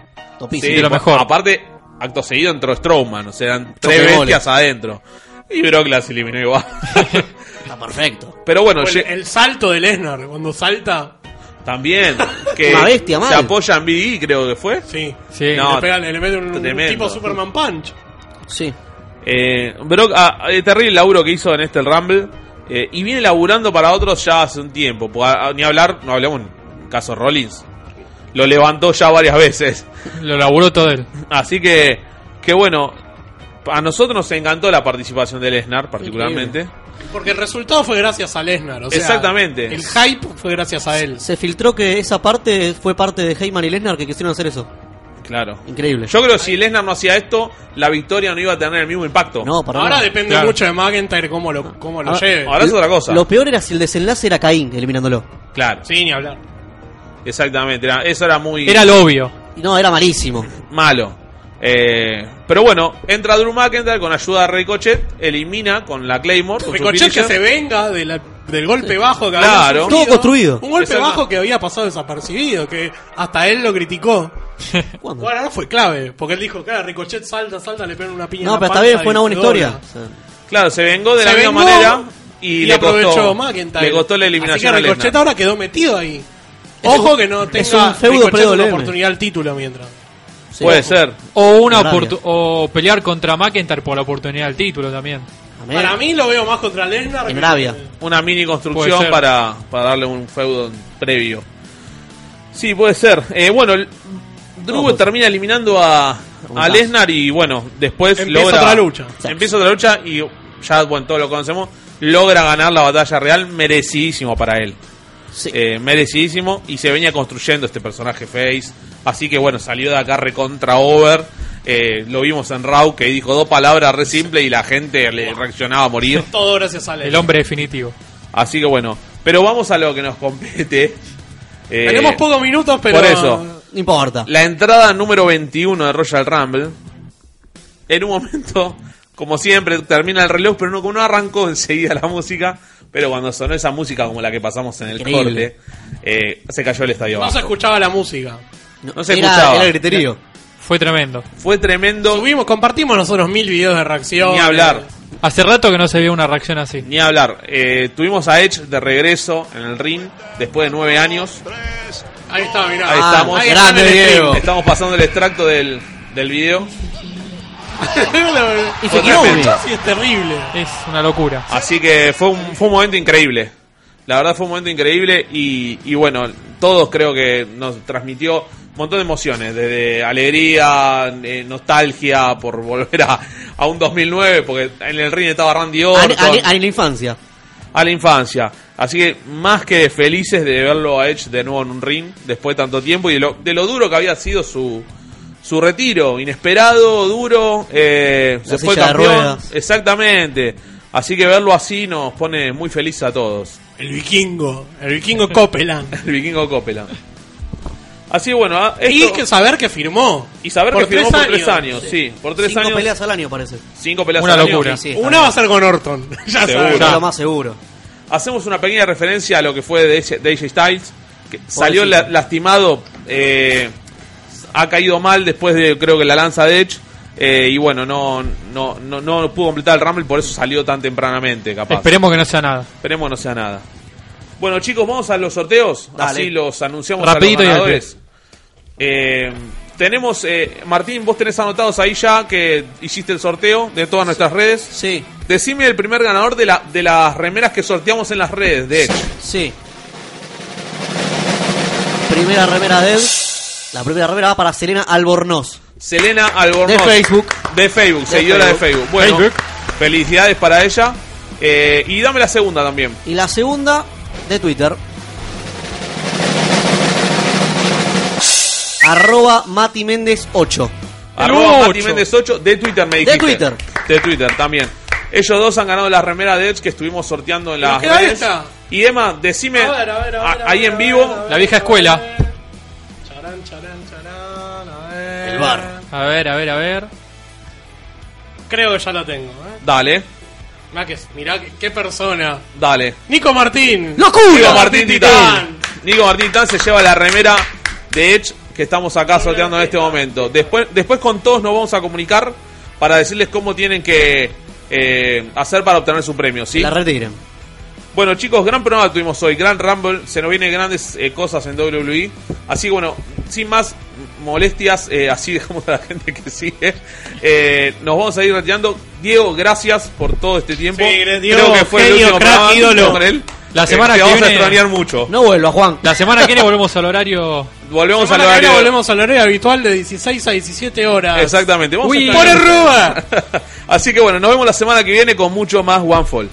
[SPEAKER 6] Sí,
[SPEAKER 7] de lo
[SPEAKER 6] por-
[SPEAKER 7] mejor.
[SPEAKER 6] Aparte, acto seguido entró Strowman, o sea, eran tres
[SPEAKER 7] Choque de
[SPEAKER 6] bestias adentro. Y Brock las eliminó igual.
[SPEAKER 9] Está perfecto.
[SPEAKER 6] Pero bueno,
[SPEAKER 8] O el,
[SPEAKER 6] lle-
[SPEAKER 8] el salto de Lesnar, cuando salta,
[SPEAKER 6] también. Que
[SPEAKER 8] Una bestia, mal.
[SPEAKER 6] Se apoya en BD, creo que fue.
[SPEAKER 8] Sí.
[SPEAKER 6] sí.
[SPEAKER 8] le, pega, le mete un, un tipo Superman Punch.
[SPEAKER 9] Sí.
[SPEAKER 6] Eh, Brock, ah, eh, terrible el laburo que hizo en este el Rumble. eh, y viene laburando para otros ya hace un tiempo. porque, ah, ni hablar, no hablamos en caso Rollins. Lo levantó ya varias veces.
[SPEAKER 7] Lo laburó todo él.
[SPEAKER 6] Así que, que bueno. A nosotros nos encantó la participación de Lesnar, particularmente.
[SPEAKER 8] Porque el resultado fue gracias a Lesnar. O sea,
[SPEAKER 6] Exactamente.
[SPEAKER 8] El hype fue gracias a él.
[SPEAKER 9] Se filtró que esa parte fue parte de Heyman y Lesnar que quisieron hacer eso.
[SPEAKER 6] Claro.
[SPEAKER 9] Increíble.
[SPEAKER 6] Yo creo que si Lesnar no hacía esto, la victoria no iba a tener el mismo impacto. No,
[SPEAKER 8] Ahora depende mucho de McIntyre cómo lo, cómo lo
[SPEAKER 6] Ahora-
[SPEAKER 8] lleve.
[SPEAKER 6] Ah, ahora es otra cosa.
[SPEAKER 9] Lo peor era si el desenlace era Caín eliminándolo.
[SPEAKER 6] Claro.
[SPEAKER 8] Sí, ni hablar.
[SPEAKER 6] Exactamente. Era, eso era muy.
[SPEAKER 9] Era lo
[SPEAKER 7] obvio.
[SPEAKER 9] No, era malísimo.
[SPEAKER 6] Malo. Eh, pero bueno, entra Drew McIntyre con ayuda de Ricochet, elimina con la Claymore. con su
[SPEAKER 8] Ricochet que
[SPEAKER 6] finisher.
[SPEAKER 8] se venga de la- del golpe bajo que
[SPEAKER 6] Claro.
[SPEAKER 8] había sufrido.
[SPEAKER 6] Todo construido.
[SPEAKER 8] Un golpe
[SPEAKER 6] Exacto.
[SPEAKER 8] bajo que había pasado desapercibido, que hasta él lo criticó. Bueno, ahora fue clave, porque él dijo, claro, Ricochet salta, salta, le pegan una piña. en la panza y se dobla.
[SPEAKER 6] Claro, se vengó de
[SPEAKER 8] Se
[SPEAKER 6] la misma
[SPEAKER 8] vengó
[SPEAKER 6] manera y,
[SPEAKER 8] Y,
[SPEAKER 6] le
[SPEAKER 8] aprovechó
[SPEAKER 6] costó.
[SPEAKER 8] McIntyre.
[SPEAKER 6] Le costó la eliminación
[SPEAKER 8] Así
[SPEAKER 6] a
[SPEAKER 8] que Ricochet
[SPEAKER 6] Lesnar.
[SPEAKER 8] ahora quedó metido ahí. Ojo que no
[SPEAKER 9] es
[SPEAKER 8] tenga
[SPEAKER 9] un feudo
[SPEAKER 8] Ricochet una
[SPEAKER 9] pre-WM.
[SPEAKER 8] oportunidad al título mientras.
[SPEAKER 6] Puede ser.
[SPEAKER 7] O una
[SPEAKER 8] Arabia.
[SPEAKER 7] oportu- o pelear contra McIntyre por la oportunidad del título también.
[SPEAKER 8] Para mí lo veo más contra Lesnar. que-
[SPEAKER 6] Una mini
[SPEAKER 7] Puede
[SPEAKER 6] construcción
[SPEAKER 7] ser.
[SPEAKER 6] para, para darle un feudo previo. Sí, puede ser. Eh, bueno, el- Drew termina eliminando a, a Lesnar y bueno, después
[SPEAKER 8] Empieza
[SPEAKER 6] logra.
[SPEAKER 8] otra lucha.
[SPEAKER 6] Empieza otra lucha y ya, bueno, todos lo conocemos. Logra ganar la batalla real, merecidísimo para él. Eh, merecidísimo y se venía construyendo este personaje face. Así que bueno, salió de acá recontra over. Eh, lo vimos en Raw que dijo dos palabras re simple y la gente le reaccionaba a morir.
[SPEAKER 8] Todo gracias a Lesnar.
[SPEAKER 7] El hombre definitivo.
[SPEAKER 6] Así que bueno, Pero vamos a lo que nos compete. Eh,
[SPEAKER 8] Tenemos pocos minutos, pero.
[SPEAKER 6] Por eso.
[SPEAKER 9] No importa.
[SPEAKER 6] La entrada número 21 de Royal Rumble. En un momento, como siempre, termina el reloj, pero no, como no arrancó enseguida la música. Pero cuando sonó esa música como la que pasamos en el
[SPEAKER 8] Increíble.
[SPEAKER 6] corte, eh, se cayó el estadio.
[SPEAKER 8] No se
[SPEAKER 6] abajo.
[SPEAKER 8] escuchaba la música.
[SPEAKER 6] No se escuchaba.
[SPEAKER 7] Fue tremendo.
[SPEAKER 6] Fue tremendo.
[SPEAKER 8] Subimos, compartimos nosotros mil videos de reacción.
[SPEAKER 6] Ni hablar.
[SPEAKER 7] Hace rato que no se vio una reacción así.
[SPEAKER 6] Ni hablar. Eh, tuvimos a Edge de regreso en el ring después de nueve años.
[SPEAKER 8] Ahí está, mirá.
[SPEAKER 6] Ahí
[SPEAKER 8] Ah,
[SPEAKER 6] estamos.
[SPEAKER 8] ahí está en el stream.
[SPEAKER 6] Estamos pasando el extracto del, del video.
[SPEAKER 8] Y
[SPEAKER 6] se
[SPEAKER 8] quedó,
[SPEAKER 6] Otra fecha.
[SPEAKER 8] sí, es terrible.
[SPEAKER 7] Es una locura.
[SPEAKER 6] Así que fue un, fue un momento increíble. La verdad fue un momento increíble y, y bueno, todos creo que nos transmitió un montón de emociones, desde alegría, eh, nostalgia por volver a, a un 2009, porque en el ring estaba Randy Orton.
[SPEAKER 9] A, a- a la infancia.
[SPEAKER 6] a la infancia. Así que más que felices de verlo a Edge de nuevo en un ring después de tanto tiempo y de lo, de lo duro que había sido su, su retiro. Inesperado, duro, eh,
[SPEAKER 9] La
[SPEAKER 6] se fue
[SPEAKER 9] silla de
[SPEAKER 6] campeón.
[SPEAKER 9] ruedas.
[SPEAKER 6] Exactamente. Así que verlo así nos pone muy felices a todos.
[SPEAKER 8] El vikingo. El vikingo Copeland.
[SPEAKER 6] El vikingo Copeland. Así que bueno, ah,
[SPEAKER 8] Y
[SPEAKER 6] esto-
[SPEAKER 8] que saber que firmó.
[SPEAKER 6] y saber
[SPEAKER 8] por
[SPEAKER 6] que firmó
[SPEAKER 8] tres
[SPEAKER 6] por tres
[SPEAKER 8] años.
[SPEAKER 6] años. Sí, por tres
[SPEAKER 9] Cinco
[SPEAKER 6] años.
[SPEAKER 9] peleas al año, parece.
[SPEAKER 6] Cinco peleas
[SPEAKER 9] Una
[SPEAKER 6] al año.
[SPEAKER 9] locura. Sí, sí, está
[SPEAKER 8] Una va a ser con Orton. Ya
[SPEAKER 6] Seguro.
[SPEAKER 8] sabes.
[SPEAKER 6] Ya.
[SPEAKER 9] Lo más seguro.
[SPEAKER 6] Hacemos una pequeña referencia a lo que fue de AJ de AJ Styles, que salió la- lastimado, eh, ha caído mal después de creo que la lanza de Edge, eh, y bueno, no, no, no, no pudo completar el Rumble, por eso salió tan tempranamente, capaz.
[SPEAKER 7] Esperemos que no sea nada.
[SPEAKER 6] Esperemos que no sea nada. Bueno chicos, vamos a los sorteos,
[SPEAKER 7] Dale.
[SPEAKER 6] así los anunciamos
[SPEAKER 7] Rapidito
[SPEAKER 6] a los
[SPEAKER 7] y al
[SPEAKER 6] ganadores. Eh, tenemos, eh, Martín, vos tenés anotados ahí ya que hiciste el sorteo de todas nuestras redes.
[SPEAKER 9] Sí.
[SPEAKER 6] Decime el primer ganador de, la, de las remeras que sorteamos en las redes, de hecho.
[SPEAKER 9] Sí. Primera remera de él. La primera remera va para Selena Albornoz.
[SPEAKER 6] Selena Albornoz.
[SPEAKER 9] De Facebook.
[SPEAKER 6] De Facebook,
[SPEAKER 9] De
[SPEAKER 6] seguidora de
[SPEAKER 9] Facebook.
[SPEAKER 6] Facebook. Bueno,
[SPEAKER 9] Facebook.
[SPEAKER 6] felicidades para ella. Eh, y dame la segunda también.
[SPEAKER 9] Y la segunda de Twitter. Arroba Mati Méndez 8.
[SPEAKER 6] Arroba Mati Méndez 8 de Twitter me dijiste.
[SPEAKER 9] Twitter.
[SPEAKER 6] De Twitter también. Ellos dos han ganado la remera de Edge que estuvimos sorteando en las
[SPEAKER 8] queda
[SPEAKER 6] redes.
[SPEAKER 8] esta.
[SPEAKER 6] Y Emma, decime a- ahí en vivo.
[SPEAKER 7] La vieja escuela.
[SPEAKER 8] Charán, charán, charán, a ver.
[SPEAKER 7] El bar. A ver, a ver, a ver.
[SPEAKER 8] Creo que ya la tengo. ¿eh?
[SPEAKER 6] Dale,
[SPEAKER 8] Mirá, que, mirá que- qué persona.
[SPEAKER 6] dale.
[SPEAKER 8] Nico Martín.
[SPEAKER 6] Nico Martín Titán. Nico Martín Titán se lleva la remera de Edge que estamos acá sorteando en este momento. Después, después con todos nos vamos a comunicar para decirles cómo tienen que eh, hacer para obtener su premio, ¿sí?
[SPEAKER 9] La retiran.
[SPEAKER 6] Bueno, chicos, gran programa tuvimos hoy, gran Rumble, se nos vienen grandes eh, cosas en WWE. Así que bueno, sin más molestias, eh, así dejamos a la gente que sigue. Eh, nos vamos a ir retirando. Diego, gracias por todo este tiempo.
[SPEAKER 8] Sí, gracias, Diego,
[SPEAKER 6] Creo que fue
[SPEAKER 8] genio,
[SPEAKER 6] el último
[SPEAKER 8] crack,
[SPEAKER 6] programa que
[SPEAKER 8] ídolo.
[SPEAKER 6] hicimos con él.
[SPEAKER 7] La
[SPEAKER 6] Eh,
[SPEAKER 7] semana
[SPEAKER 6] te
[SPEAKER 7] que
[SPEAKER 6] vamos a
[SPEAKER 7] viene-
[SPEAKER 6] extrañar mucho.
[SPEAKER 9] No vuelva, Juan.
[SPEAKER 7] La semana que viene volvemos al horario.
[SPEAKER 6] Volvemos
[SPEAKER 8] Semana
[SPEAKER 6] al
[SPEAKER 8] que viene
[SPEAKER 6] horario.
[SPEAKER 8] volvemos al horario habitual de 16 a 17 horas.
[SPEAKER 6] Exactamente. Vamos a
[SPEAKER 8] Uy,
[SPEAKER 6] estar-
[SPEAKER 8] ¡Por arroba!
[SPEAKER 6] Así que bueno, nos vemos la semana que viene con mucho más OneFall.